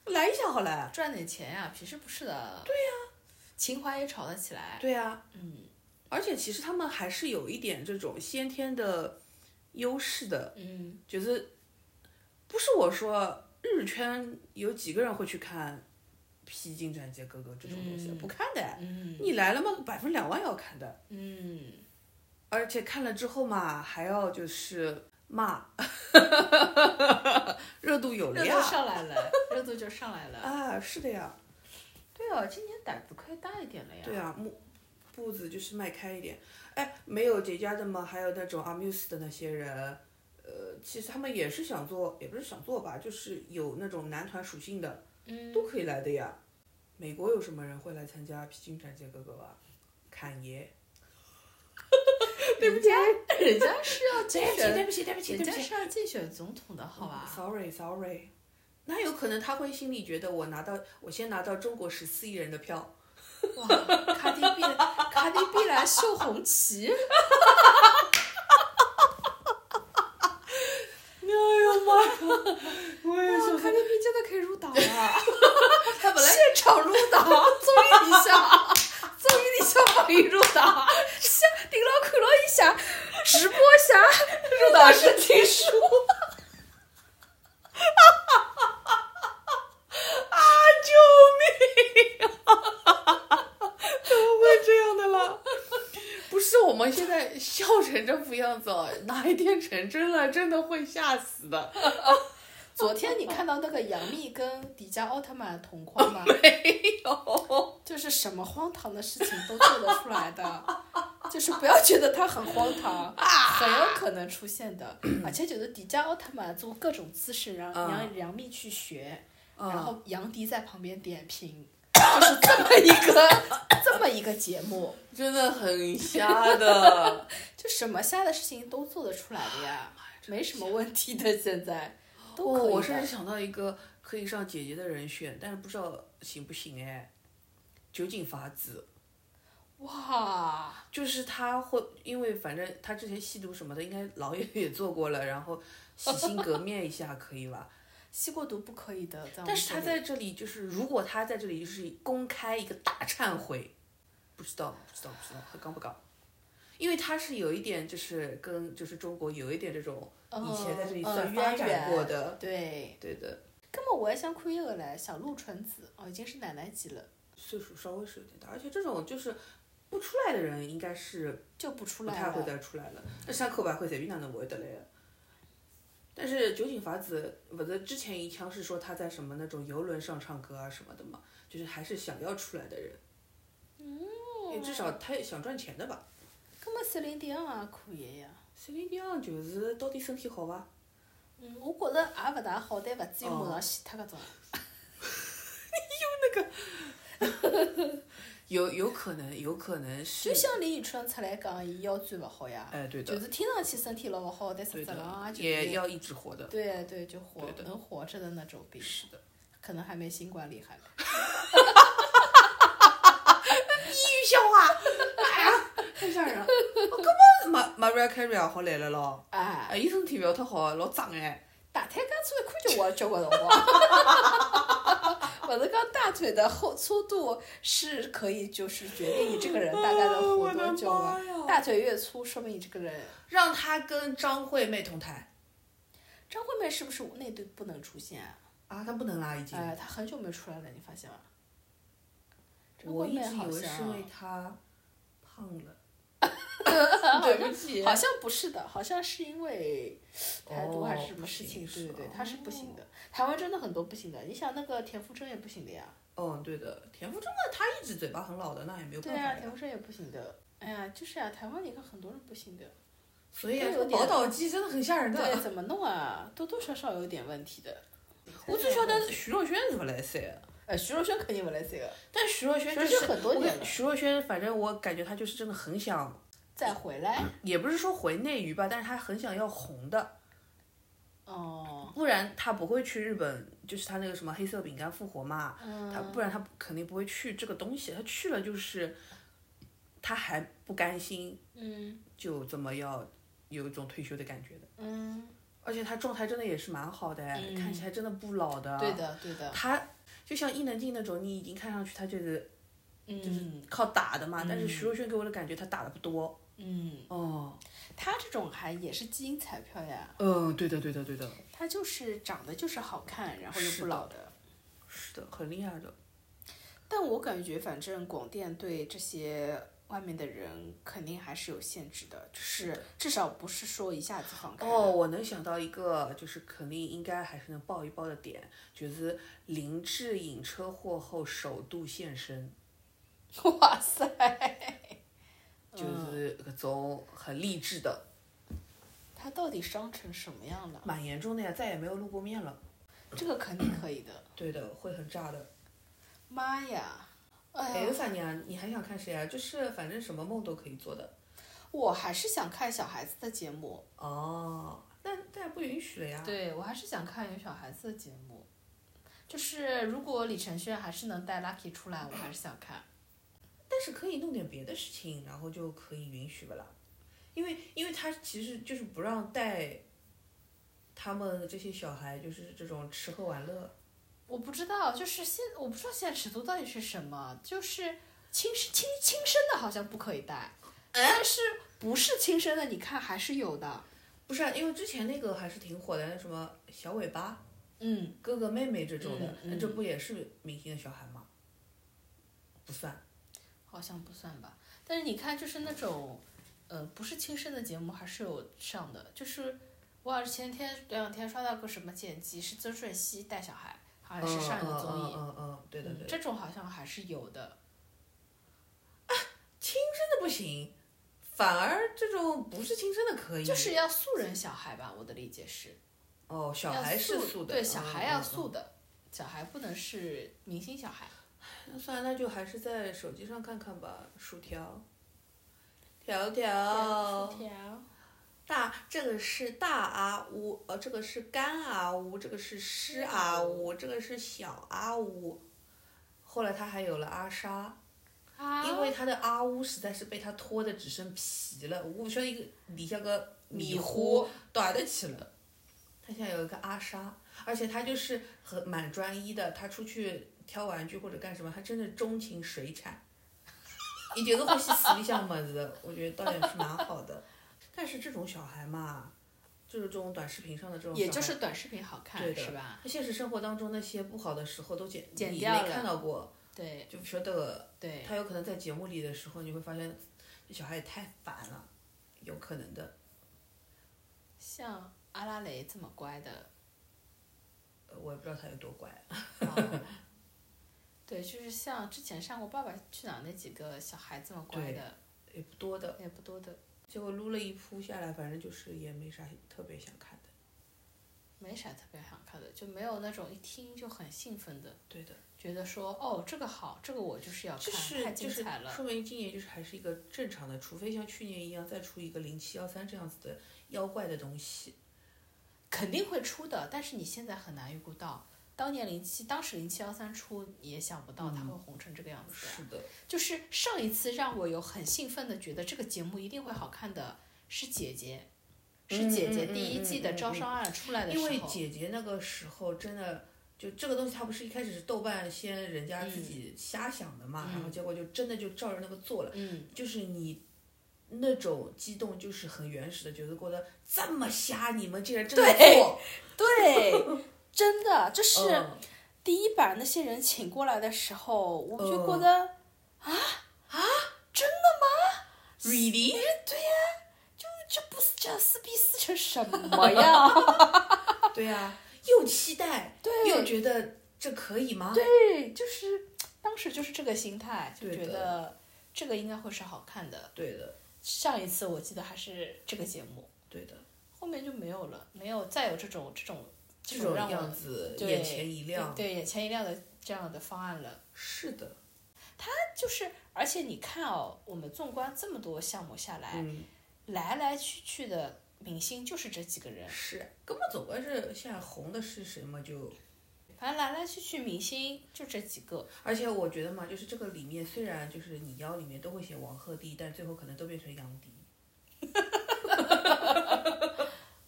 S4: 来一下好了。
S3: 赚点钱呀，平时不是的。对呀，
S4: 啊
S3: 情怀也炒得起来。
S4: 对啊，嗯，而且其实他们还是有一点这种先天的优势的，
S3: 嗯，
S4: 就是不是我说日圈有几个人会去看《披荆斩棘哥哥》这种东西的，
S3: 嗯
S4: 不看的。
S3: 嗯
S4: 你来了嘛，百分之两万要看的，
S3: 嗯，
S4: 而且看了之后嘛，还要就是骂， <laughs> 热度有
S3: 热
S4: 了
S3: 度
S4: 呀。
S3: 上来了， <laughs> 热度就上来了。
S4: 啊，是的呀，
S3: 对啊，今年胆子可以大一点了呀。
S4: 对啊，木步子就是迈开一点。哎，没有节假的嘛，还有那种 amuse 的那些人，呃，其实他们也是想做，也不是想做吧，就是有那种男团属性的，
S3: 嗯，
S4: 都可以来的呀。美国有什么人会来参加《披荆斩棘哥哥》啊？侃爷，
S3: 对不起，人家 <laughs> 是要竞选，
S4: 不起，对不
S3: 人家是要竞选总统的，好吧？
S4: Sorry Sorry，那有可能他会心里觉得我拿到我先拿到中国十四亿人的票，
S3: <laughs> 哇，卡迪碧卡迪碧来绣红旗，
S4: 为
S3: 哎哇，卡迪碧真的可以入党 <laughs> 了，
S4: 他本来
S3: 现场入党，综艺里向，综艺里向榜一入党，像顶牢看牢一下，直播下入党申请书。
S4: 会这样的了。 <laughs> 不是我们现在笑成这副样子哦，哪一天成真了，真的会吓死的。
S3: 昨天你看到那个杨幂跟迪迦奥特曼的同框 <laughs> 吗？就是什么荒唐的事情都做得出来的， <laughs> 就是不要觉得它很荒唐，很有可能出现 <clears throat> 的。而且觉得迪迦奥特曼做各种姿势，让
S4: 嗯
S3: 杨杨幂去学，然
S4: 嗯
S3: 后杨迪在旁边点 <laughs> 评，就是这么一个这么一个节目，
S4: 真的很瞎 <laughs> 的。
S3: 就什么瞎的事情都做得出来的啊哦呀，没什么问题的。现在都
S4: 我
S3: 可以的。
S4: 我甚至想到一个可以上姐姐的人选，但是不知道行不行哎。酒井法子，
S3: 哇，
S4: 就是他会，因为反正他之前吸毒什么的，应该老也也做过了，然后洗心革面一下可以吧？
S3: 吸过毒不可以的，在我们
S4: 但是他
S3: 这里
S4: 在这里就是，如果他在这里就是公开一个大忏悔，不知道不知道不知道他刚不刚，因为他是有一点就是跟就是中国有一点这种以前在这里算呃发展过的，
S3: 对，
S4: 对的，
S3: 根本我也想看一个嘞，小鹿纯子哦，已经是奶奶级了，
S4: 岁数稍微是有点大，而且这种就是不出来的人应该是
S3: 就不出
S4: 不
S3: 来
S4: 太
S3: 了。
S4: 会再出来了。那山口百惠随便哪能不会得嘞？但是酒井法子，不是之前一腔是说他在什么那种游轮上唱歌啊什么的嘛，就是还是想要出来的人。嗯，至少他也想赚钱的吧。
S3: 那么 Celine Dion 也可以呀。
S4: c e l i 就是到底身体好伐？
S3: 嗯，我觉着也勿大好，但勿
S4: 哦
S3: 至于马上死脱搿种。
S4: 有有可能，有可能是
S3: 就。像李宇春出来讲，伊腰椎勿好呀，
S4: 哎，对
S3: 就
S4: 的，
S3: 是听上去身体老勿好，但
S4: 对
S3: 实质
S4: 的
S3: 浪，啊就
S4: 也
S3: 是
S4: 要一直活的。
S3: 对对，就活
S4: 对的
S3: 能活着的那种病，
S4: 是的，
S3: 可能还没新冠厉害嘞。
S4: 玉笑话，哎呀，太吓 <laughs> 人了。我根哦本马马瑞凯瑞也好来了咯。
S3: 哎，
S4: <laughs> 哎，伊身体不要太好，老脏哎。
S3: 大腿刚粗一看就活了交关 <laughs> 辰光。勿是讲大腿的厚粗度是可以，就是决定你这个人大概能活多久
S4: 啊
S3: 啊 <laughs>
S4: 我的妈呀。
S3: 大腿越粗，说明你这个人。
S4: 让他跟张惠妹同台
S3: 张惠妹是不是内对不能出现、啊？
S4: 啊？她不能啦，已经。
S3: 哎，她很久没出来了，你发现吗？张
S4: 我
S3: 惠
S4: 一
S3: 妹
S4: 直以
S3: 好
S4: 为
S3: 像
S4: 是因为她胖 <laughs> 了。
S3: <laughs> 对
S4: 不起
S3: 好像不是的，好像是因为台独
S4: 哦
S3: 还是什
S4: 不
S3: 么事情，
S4: 行
S3: 对
S4: 是
S3: 对对，
S4: 吧
S3: 她是不行哦的。台湾真的很多不行的，你想那个田馥甄也不行的呀。
S4: 嗯，对的，田馥甄呢，她一直嘴巴很老的，那也没有办
S3: 对啊
S4: 法
S3: 呀、
S4: 呀。
S3: 田馥甄也不行的。哎呀，就是呀、台湾你看很多人不行的。
S4: 所以啊，
S3: 都
S4: 这
S3: 有
S4: 个
S3: 点
S4: 宝岛鸡真的很吓人
S3: 对，
S4: 的。
S3: 怎么弄啊？多多少少有点问题的。
S4: 我只
S3: 啊
S4: 晓得徐若瑄是不来塞，
S3: 呃，徐若瑄肯定不来这个，
S4: 但徐若瑄
S3: 徐若
S4: 就
S3: 瑄
S4: 是
S3: 很多
S4: 我
S3: 年
S4: 感
S3: 了
S4: 徐若瑄，反正我感觉她就是真的很想，
S3: 再回来。
S4: 也不是说回内娱吧，但是她很想要红的。
S3: 哦，
S4: 不然他不会去日本，就是他那个什么黑色饼干复活嘛，他不然他肯定不会去这个东西，他去了就是他还不甘心，嗯，就这么要有一种退休的感觉的，
S3: 嗯，
S4: 而且他状态真的也是蛮好的，哎看起来真的不老嗯的，
S3: 对的，对的，
S4: 他就像伊能静那种，你已经看上去他就是
S3: 嗯
S4: 靠打的嘛，但是徐若瑄给我的感觉她打的不多，
S3: 嗯，
S4: 哦，
S3: 他这种还也是基因彩票呀，
S4: 嗯，对的对的对的，
S3: 他就是长得就是好看，然后又
S4: 是
S3: 不
S4: 的
S3: 老的。
S4: 是的，很厉害的，
S3: 但我感觉，反正广电对这些外面的人肯定还是有限制的，就是至少不是说一下子放开的。
S4: 哦，我能想到一个，就是肯定应该还是能爆一爆的点，就是林志颖车祸后首度现身，
S3: <laughs> 哇塞！
S4: 嗯就是从很励志的，
S3: 他到底伤成什么样了？
S4: 蛮严重的呀，再也没有露过面了。
S3: 这个肯定可以的。
S4: 对的，会很炸的。
S3: 妈呀！哎
S4: 哎，
S3: 呀，
S4: 反正啊，你还想看谁啊？就是反正什么梦都可以做的。
S3: 我还是想看小孩子的节目。
S4: 哦，那但不允许了呀。
S3: 对，我还是想看有小孩子的节目。就是如果李承铉还是能带 Lucky 出来，我还是想看。
S4: 但是可以弄点别的事情，然后就可以允许不啦？因为因为他其实就是不让带他们这些小孩，就是这种吃喝玩乐。
S3: 我不知道，就是现我不知道现在尺度到底是什么，就是亲生亲亲生的好像不可以带，但是不是亲生的，你看还是有的。
S4: 不是、啊，因为之前那个还是挺火的，那什么小尾巴
S3: 嗯，
S4: 哥哥妹妹这种的
S3: 嗯，嗯
S4: 那这不也是明星的小孩吗？不算，
S3: 好像不算吧。但是你看，就是那种，呃，不是亲生的节目还是有上的。就是我前天两天刷到个什么剪辑，是曾舜晞带小孩，好像是上一个综艺，
S4: 嗯嗯嗯嗯嗯，对的对的，
S3: 这种好像还是有的。
S4: 真的不行，反而这种不是亲生的可以，
S3: 就是要素人小孩吧，我的理解是，
S4: 哦，小
S3: 要
S4: 孩是
S3: 素
S4: 的，
S3: 对，
S4: 嗯
S3: 小孩要。
S4: 嗯嗯
S3: 素的，小孩不能是明星小孩。
S4: 那算了，那就还是在手机上看看吧，薯条，条
S2: 薯
S3: 啊
S4: 条，
S2: 条，
S4: 大这个是大阿乌，呃，这个是干阿乌，这个是湿
S3: 啊
S4: 阿乌，这个是小阿乌。后来他还有了阿莎，
S3: 啊
S4: 因为他的阿乌实在是被他拖的只剩皮了，我晓得一个底下个
S3: 米
S4: 糊
S3: 糊，
S4: 短得起了。他现在有一个阿莎，而且他就是很蛮专一的，他出去挑玩具或者干什么，他真的钟情水产， <laughs> 一点都欢喜死里向么子的，我觉得倒也是蛮好的。但是这种小孩嘛，就是这种短视频上的这种小孩，
S3: 也就是短视频好
S4: 对
S3: 看，
S4: 的
S3: 是吧？
S4: 他现实生活当中那些不好的时候都剪
S3: 剪
S4: 你
S3: 掉
S4: 没
S3: 了
S4: 看到过，
S3: 对
S4: 就不晓得。
S3: 对，
S4: 他有可能在节目里的时候，你会发现这小孩也太烦了，有可能的。
S3: 像阿拉蕾这么乖的，
S4: 呃我也不知道他有多乖。
S3: 哦 <laughs> 对，就是像之前上过《爸爸去哪儿》那几个小孩这么乖的，
S4: 也不多的。
S3: 也不多的，
S4: 结果撸了一铺下来，反正就是也没啥特别想看的。
S3: 没啥特别想看的，就没有那种一听就很兴奋的，
S4: 对的，
S3: 觉得说哦，这个好，这个我就是要
S4: 就
S3: 看，
S4: 是
S3: 太
S4: 就
S3: 精
S4: 是
S3: 彩，了。
S4: 说明今年就是还是一个正常的，除非像去年一样再出一个零七幺三这样子的妖怪的东西。
S3: 肯定会出的，但是你现在很难预估到。当年零七，当时零七幺三出，你也想不到它
S4: 嗯
S3: 会红成这个样子的。
S4: 是的，
S3: 就是上一次让我有很兴奋的觉得这个节目一定会好看的是姐姐，是姐姐
S4: 嗯嗯嗯
S3: 第一季的
S4: 嗯嗯
S3: 招
S4: 嗯
S3: 商案出来的时
S4: 因
S3: 候，
S4: 为姐姐那个时候真的。就这个东西，它不是一开始是豆瓣先人家自己瞎想的嘛，
S3: 嗯
S4: 然后结果就真的就照着那个做了。
S3: 嗯，
S4: 就是你那种激动，就是很原始的，觉得过得这么瞎，你们竟然真的
S3: 对
S4: 做，
S3: 对，真的就是
S4: 嗯
S3: 第一把那些人请过来的时候，我就
S4: 嗯
S3: 觉得、
S4: really，
S3: 这不是这撕逼撕成什么
S4: <laughs>
S3: 呀？
S4: 对啊，又期待，
S3: 对
S4: 又觉得这可以吗？
S3: 对，就是当时就是这个心态，就
S4: 对
S3: 觉
S4: 的
S3: 得这个应该会是好看的。
S4: 对的，
S3: 上一次我记得还是这个节目，
S4: 对的，
S3: 后面就没有了，没有再有这种这种
S4: 这
S3: 种
S4: 种
S3: 让
S4: 样
S3: 我
S4: 子
S3: 对
S4: 眼前一亮，
S3: 对眼前一亮的这样的方案了。
S4: 是的，
S3: 就是，而且你看哦，我们纵观这么多项目下来，
S4: 嗯，
S3: 来来去去的明星就是这几个人，
S5: 是
S4: 根本总归是现在红的是什么就，
S3: 反正来来去去明星就这几个。
S4: 而且我觉得嘛，就是这个里面虽然就是你腰里面都会写王鹤棣，但最后可能都变成杨迪，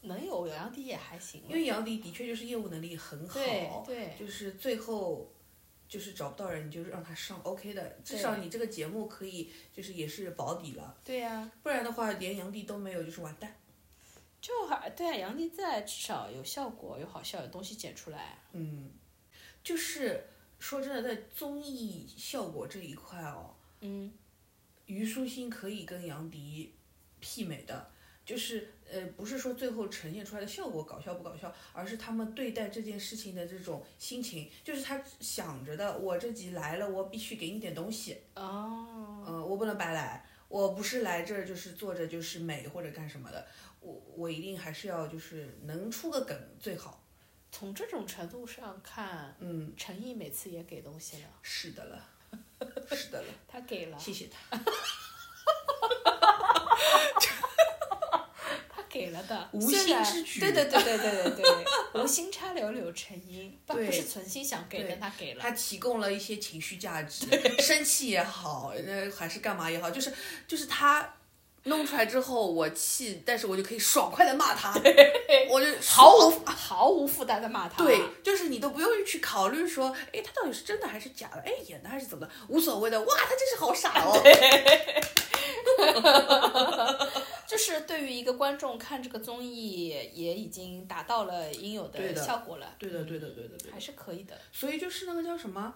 S3: 能有杨迪也还行了，
S4: 因为杨迪的确就是业务能力很好，
S3: 对对
S4: 就是最后就是找不到人，你就是让他上 OK 的，至少你这个节目可以就是也是保底了，
S3: 对呀、
S4: 不然的话连杨迪都没有就是完蛋。
S3: 就还对啊，杨迪在至少有效果，有好笑，有东西剪出来。
S4: 嗯，就是说真的，在综艺效果这一块哦，
S3: 嗯，
S4: 虞书欣可以跟杨迪媲美的。就是呃，不是说最后呈现出来的效果搞笑不搞笑，而是他们对待这件事情的这种心情，就是他想着的，我这集来了，我必须给你点东西，
S3: 哦，
S4: 呃，我不能白来，我不是来这儿就是坐着就是美或者干什么的，我我一定还是要就是能出个梗最好，
S3: 从这种程度上看，
S4: 嗯，
S3: 陈毅每次也给东西了，
S4: 是的了， <laughs> 是的了。
S3: 他给了，
S4: <laughs> 谢谢他。
S3: 他给了的，
S4: 无心
S3: 虽然
S4: 之举
S3: 对对对对对对对，无心插柳柳成荫，不
S4: 对
S3: 不是存心想给，
S4: 对
S3: 但他给了。
S4: 他提供了一些情绪价值，生气也好，呃，还是干嘛也好，就是就是他弄出来之后，我气，但是我就可以爽快的骂他，我就
S3: 毫
S4: 爽
S3: 无毫无负担的骂他，
S4: 对，就是你都不用去考虑说，哎，他到底是真的还是假的，哎，演的还是怎么的，无所谓的，哇，他真是好傻哦，
S3: 就是对于一个观众看这个综艺，也已经达到了应有
S4: 对
S3: 的
S4: 的
S3: 效果了，
S4: 对的，对的，对的，对的
S3: 还，是可以的。
S4: 所以就是那个叫什么，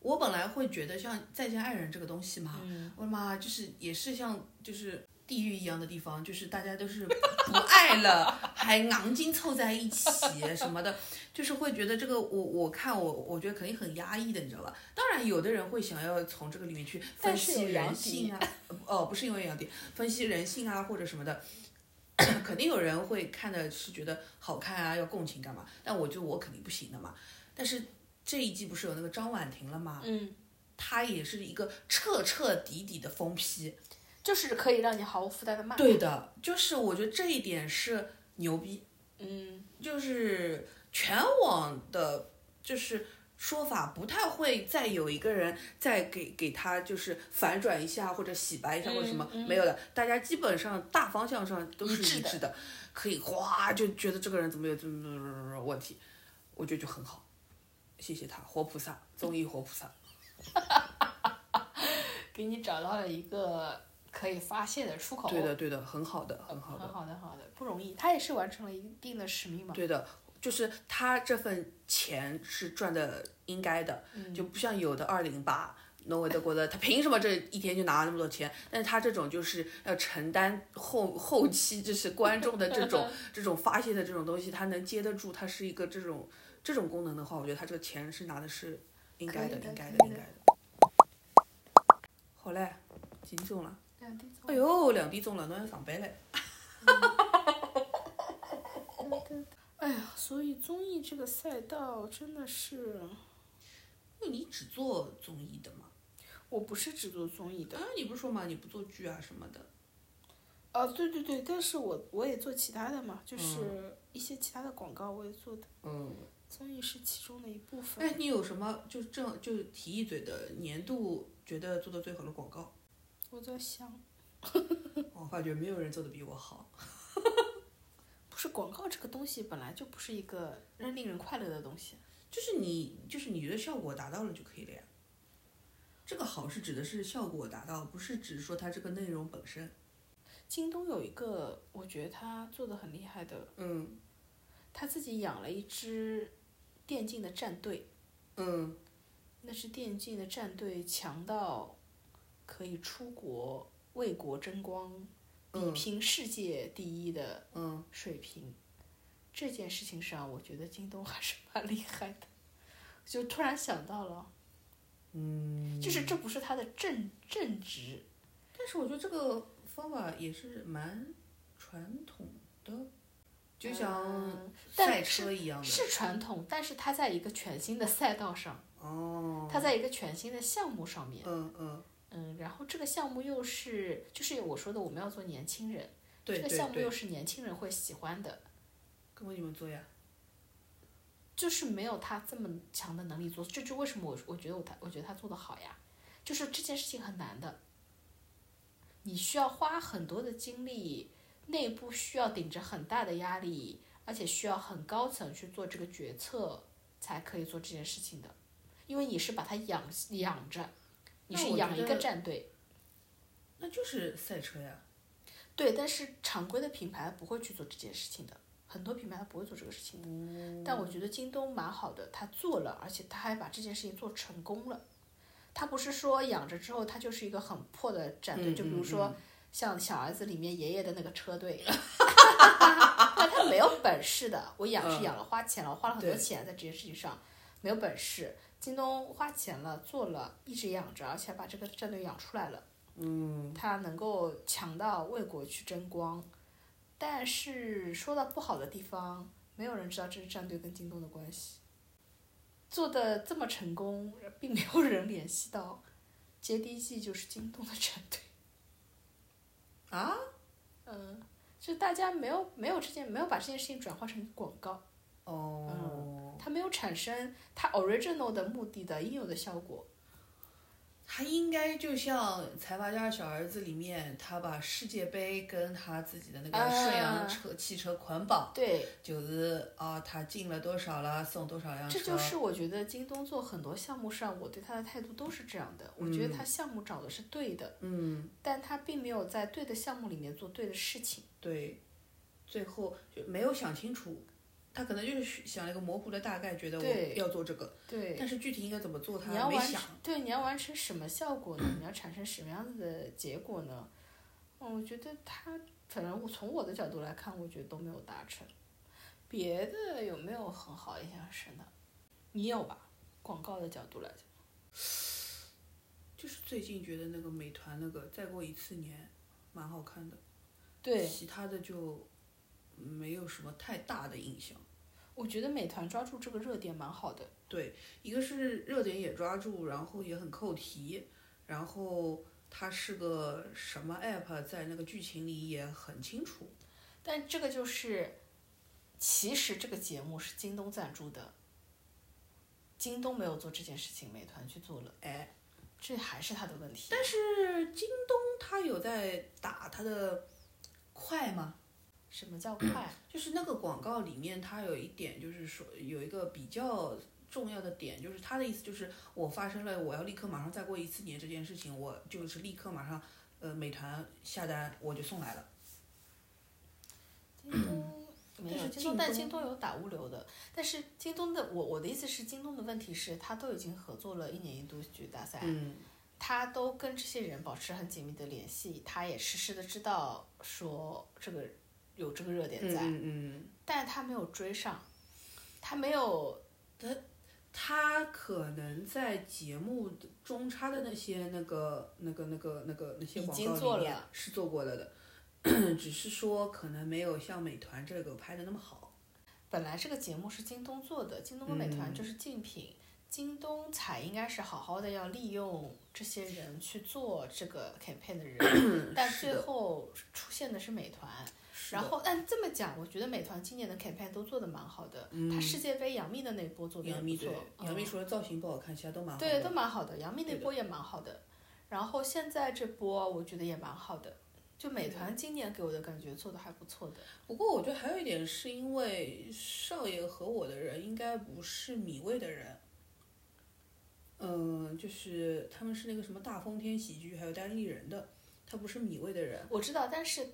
S4: 我本来会觉得像《再见爱人》这个东西
S3: 嗯
S4: 嘛，我的妈，就是也是像就是地狱一样的地方，就是大家都是不爱了，还硬劲凑在一起什么的， <laughs> 就是会觉得这个我我看我我觉得肯定很压抑的，你知道吧？当然，有的人会想要从这个里面去分
S3: 但是
S4: 析
S3: 有杨
S4: 人性啊，哦，不是因为杨迪，分析人性啊或者什么的。 <coughs> 肯定有人会看的是觉得好看啊，要共情干嘛？但我觉得我肯定不行的嘛。但是这一季不是有那个张婉婷了吗？
S3: 嗯，
S4: 她也是一个彻彻底底的疯批。
S3: 就是可以让你毫无负担的骂。
S4: 对的，就是我觉得这一点是牛逼，
S3: 嗯，
S4: 就是全网的，就是。说法不太会再有一个人再给给他就是反转一下或者洗白一下或者什么、
S3: 嗯嗯
S4: 没有的，大家基本上大方向上都是
S3: 一致
S4: 一
S3: 的
S4: 致的，可以哗就觉得这个人怎么有这么这么这么这么问题，我觉得就很好，谢谢他，活菩萨，综艺活菩萨。
S3: 给你找到了一个可以发泄的出口。
S4: 对的，对的，很好的，很
S3: 嗯，
S4: 好
S3: 很
S4: 的，
S3: 好的，很好的，不容易。他也是完成了一定的使命嘛。
S4: 对的，就是他这份钱是赚的应该的，
S3: 嗯
S4: 就不像有的二零八。挪威德国的，他凭什么这一天就拿那么多钱？但是他这种就是要承担后后期，就是观众的这
S3: <laughs>
S4: 种这种发泄的这种东西，他能接得住，他是一个这种这种功能的话，我觉得他这个钱是拿的是应该的，
S3: 可以的
S4: 应该的，
S3: 可以
S4: 应
S3: 的
S4: 该的。好嘞，几点钟了？
S3: 两滴走
S4: 哎哟，两点钟了，侬要上班嘞？
S3: 哎呀，所以综艺这个赛道真的是，
S4: 因为你只做综艺的嘛。
S3: 我不是只做综艺的
S4: 当。然，你不是说嘛，你不做剧啊什么的，
S3: 啊，对对对，但是我我也做其他的嘛，就是一些其他的广告我也做的，
S4: 嗯，
S3: 综艺是其中的一部分。
S4: 哎，你有什么就正就提一嘴的年度觉得做的最好的广告？哦
S3: 我在想，嗯
S4: 我发觉没有人做的比我好。
S3: 不是广告这个东西本来就不是一个让令人快乐的东西。
S4: 就是你，就是你觉得效果达到了就可以了呀。这个好是指的是效果达到，不是指说它这个内容本身。
S3: 京东有一个，我觉得他做的很厉害的，
S4: 嗯
S3: 他自己养了一支电竞的战队，
S4: 嗯，
S3: 那支电竞的战队强到可以出国为国争光，比
S4: 嗯
S3: 拼世界第一的
S4: 嗯
S3: 水平。这件事情上，我觉得京东还是蛮厉害的。就突然想到了，嗯，就是这不是他的正正职，
S4: 但是我觉得这个方法也是蛮传统的，就像
S3: 嗯
S4: 赛
S3: 但
S4: 车一样的。
S3: 是传统，但是他在一个全新的赛道上，
S4: 哦，
S3: 他在一个全新的项目上面，
S4: 嗯嗯
S3: 嗯，然后这个项目又是就是我说的我们要做年轻人，
S4: 对
S3: 这个
S4: 对
S3: 项目
S4: 对
S3: 又是年轻人会喜欢的，
S4: 跟我你们做呀，
S3: 就是没有他这么强的能力做，这就为什么我我觉得我他我觉得他做的好呀，就是这件事情很难的，你需要花很多的精力，内部需要顶着很大的压力，而且需要很高层去做这个决策，才可以做这件事情的，因为你是把它养养着，你
S4: 那
S3: 是
S4: 我
S3: 养一
S4: 觉
S3: 个
S4: 得
S3: 战队。
S4: 那就是赛车呀。
S3: 对，但是常规的品牌不会去做这件事情的，很多品牌它不会做这个事情的。但我觉得京东蛮好的，它做了，而且它还把这件事情做成功了。它不是说养着之后，它就是一个很破的战队，就比如说像小儿子里面爷爷的那个车队， <laughs> 但他没有本事的，我养是养了，花钱了，我花了很多
S4: 对
S3: 钱在这件事情上，没有本事。京东花钱了，做了，一直养着，而且还把这个战队养出来了。他能够强到为国去争光，但是说到不好的地方，没有人知道这是战队跟京东的关系。做的这么成功，并没有人联系到 JDG 就是京东的战队。
S4: 啊？
S3: 嗯，就大家没有没有这件没有把这件事情转化成广告。
S4: 哦，
S3: 它没有产生它 original 的目的的应有的效果。
S4: 他应该就像《财阀家的小儿子》里面，他把世界杯跟他自己的那
S3: 啊
S4: 个顺阳车汽车捆绑，
S3: 对，
S4: 就是啊，他进了多少了，送多少辆车。
S3: 这就是我觉得京东做很多项目上，我对他的态度都是这样的。我觉得他项目找的是对的，嗯，但他并没有在对的项目里面做对的事情。
S4: 对，最后就没有想清楚，他可能就是想了一个模糊的大概，觉得我
S3: 对
S4: 要做这个，
S3: 对，
S4: 但是具体应该怎么做他
S3: 你要
S4: 没
S3: 完
S4: 想。
S3: 对你要完成什么效果呢？你要产生什么样子的结果呢？嗯，我觉得他，反正我从我的角度来看，我觉得都没有达成。别的有没有很好印象深的？你有吧？广告的角度来讲，
S4: 就是最近觉得那个美团那个再过一次年，蛮好看的。
S3: 对，
S4: 其他的就没有什么太大的印象。
S3: 我觉得美团抓住这个热点蛮好的。
S4: 一个是热点也抓住，然后也很扣题，然后它是个什么 app，在那个剧情里也很清楚。
S3: 但这个就是，其实这个节目是京东赞助的，京东没有做这件事情，美团去做了，
S4: 哎，
S3: 这还是他的问题。
S4: 但是京东它有在打它的快吗？
S3: 什么叫快？ <clears throat>
S4: 就是那个广告里面，它有一点就是说有一个比较重要的点，就是它的意思就是我发生了我要立刻马上再过一次年这件事情，我就是立刻马上呃美团下单我就送来了。
S3: 京东没
S4: 但
S3: 有
S4: 是
S3: 京
S4: 京
S3: 东，但
S4: 东
S3: 京东有打物流的。但是京东的，我我的意思是，京东的问题是，他都已经合作了一年一度剧大赛，
S4: 嗯，
S3: 他都跟这些人保持很紧密的联系，他也实时的知道说这个有这个热点在，
S4: 嗯嗯，
S3: 但他没有追上，他没有
S4: 他可能在节目中插的那些那个那个那个那个那些
S3: 已
S4: 广
S3: 经
S4: 告
S3: 做
S4: 里面
S3: 了
S4: 是做过了的，只是说可能没有像美团这个拍的那么好。
S3: 本来这个节目是京东做的，京东跟美
S4: 嗯
S3: 团就是竞品，京东才应该是好好的要利用这些人去做这个 campaign 的
S4: <clears throat>
S3: 人，但
S4: 是
S3: 最
S4: 的
S3: 后出现的是美团。
S4: 是的
S3: 然后，按这么讲，我觉得美团今年的 campaign 都做的蛮好的，它世界杯杨幂的那一波做的
S4: 嗯杨
S3: 不
S4: 幂
S3: 错
S4: 对，杨幂
S3: 嗯
S4: 除了造型不好看，其他都蛮好
S3: 对，都
S4: 的。
S3: 蛮好的。杨幂那
S4: 对的
S3: 波也蛮好的，然后现在这波我觉得也蛮好的。就美团今年给我的感觉做的还不错的，
S4: 不过我觉得还有一点是因为少爷和我的人应该不是米未的人。嗯，就是他们是那个什么大风天喜剧，还有单立人的，他不是米未的人。
S3: 我知道，但
S4: <clears throat>
S3: 是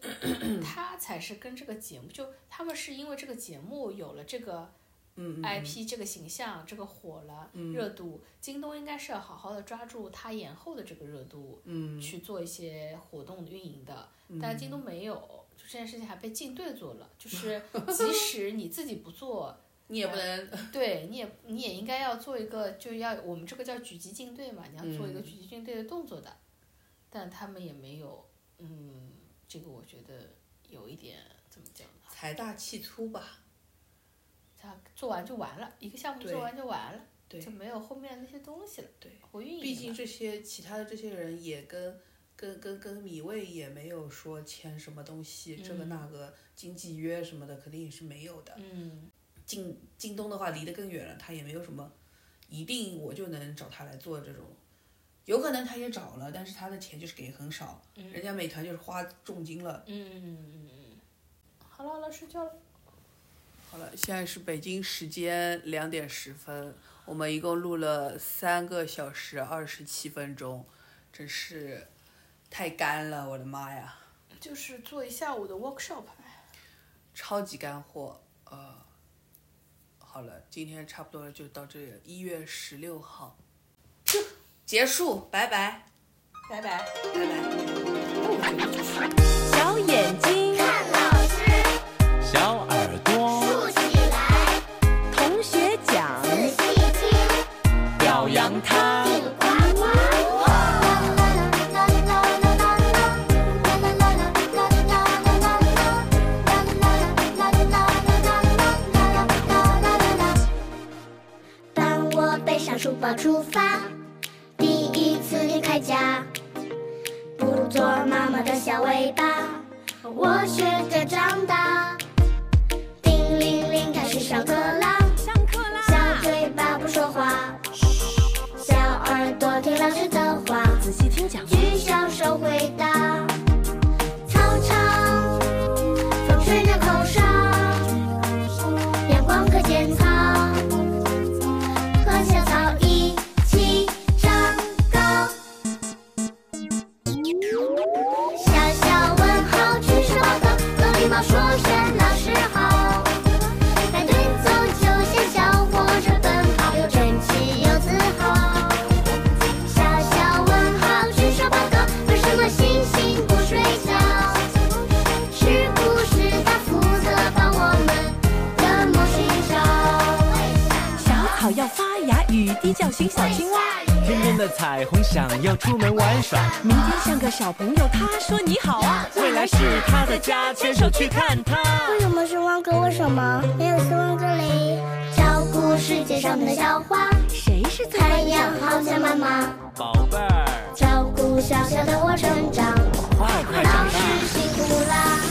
S3: 他才是跟这个节目，就他们是因为这个节目有了这个
S4: 嗯嗯嗯
S3: IP、这个形象，这个火了、热度，京东应该是要好好的抓住他延后的这个热度，
S4: 嗯，
S3: 去做一些活动运营的，但京东没有，就这件事情还被竞对做了，就是
S4: <laughs>
S3: 即使你自己不做，
S4: 你也不能
S3: 对，你也你也应该要做一个，就要我们这个叫狙击竞对嘛，你要做一
S4: 嗯
S3: 个狙击竞对的动作的，但他们也没有，嗯，这个我觉得有一点怎么讲呢？
S4: 财大气粗吧。
S3: 他做完就完了，一个项目
S4: 对
S3: 做完就完了，
S4: 对
S3: 就没有后面那些东西了，
S4: 对，
S3: 回运营
S4: 毕竟
S3: 了
S4: 这些其他的这些人也跟跟跟跟米未也没有说签什么东西，这个那个经纪约什么的，肯定也是没有的。
S2: 嗯，
S4: 京京东的话离得更远了，他也没有什么一定我就能找他来做这种，有可能他也找了，但是他的钱就是给很少，
S3: 嗯
S4: 人家美团就是花重金了。
S3: 好了好了，睡觉了。
S4: 好了，现在是北京时间两点十分，我们一共录了三个小时二十七分钟，真是太干了，我的妈呀！
S2: 就是做一下午的 workshop，
S4: 超级干货，呃，好了，今天差不多了，就到这里了。一月十六号，结束，拜拜，
S2: 拜拜。
S4: 拜拜。
S6: 小眼睛，
S7: 小耳朵，
S6: 同学讲，
S7: 表扬他，
S8: 当我背上书包出发，第一次离开家，不做妈妈的小尾巴，我学着长大。叮铃铃，开始上课啦。
S6: 上课
S8: 小
S6: 啦，
S8: 嘴巴不说话，小耳朵听老师的话，
S6: 仔细听讲。
S8: 举小手回答。操场，风吹着口哨，阳光和健康，和小草一起长高。小小问候，举手报告，有礼貌说声老师好。排队走就像小火车奔跑，又整齐又自豪。小小问号，举手报告，为什么星星不睡觉？是不是它负责帮我们的梦寻找？
S6: 小草要发芽，雨滴叫醒小青蛙。
S7: 天边的彩虹想要出门玩耍，
S6: 明天像个小朋友，他说你好啊。
S7: 未来是他的家，牵手去看他。
S8: 为什么是汪哥？为什么没有是汪哥嘞？照顾世界上的小花，
S6: 谁是最
S8: 太阳好像妈妈，
S7: 宝贝儿，
S8: 照顾小小的我成长。
S7: 快快
S8: 老
S7: 长
S8: 师
S7: 大。
S8: 辛苦啦。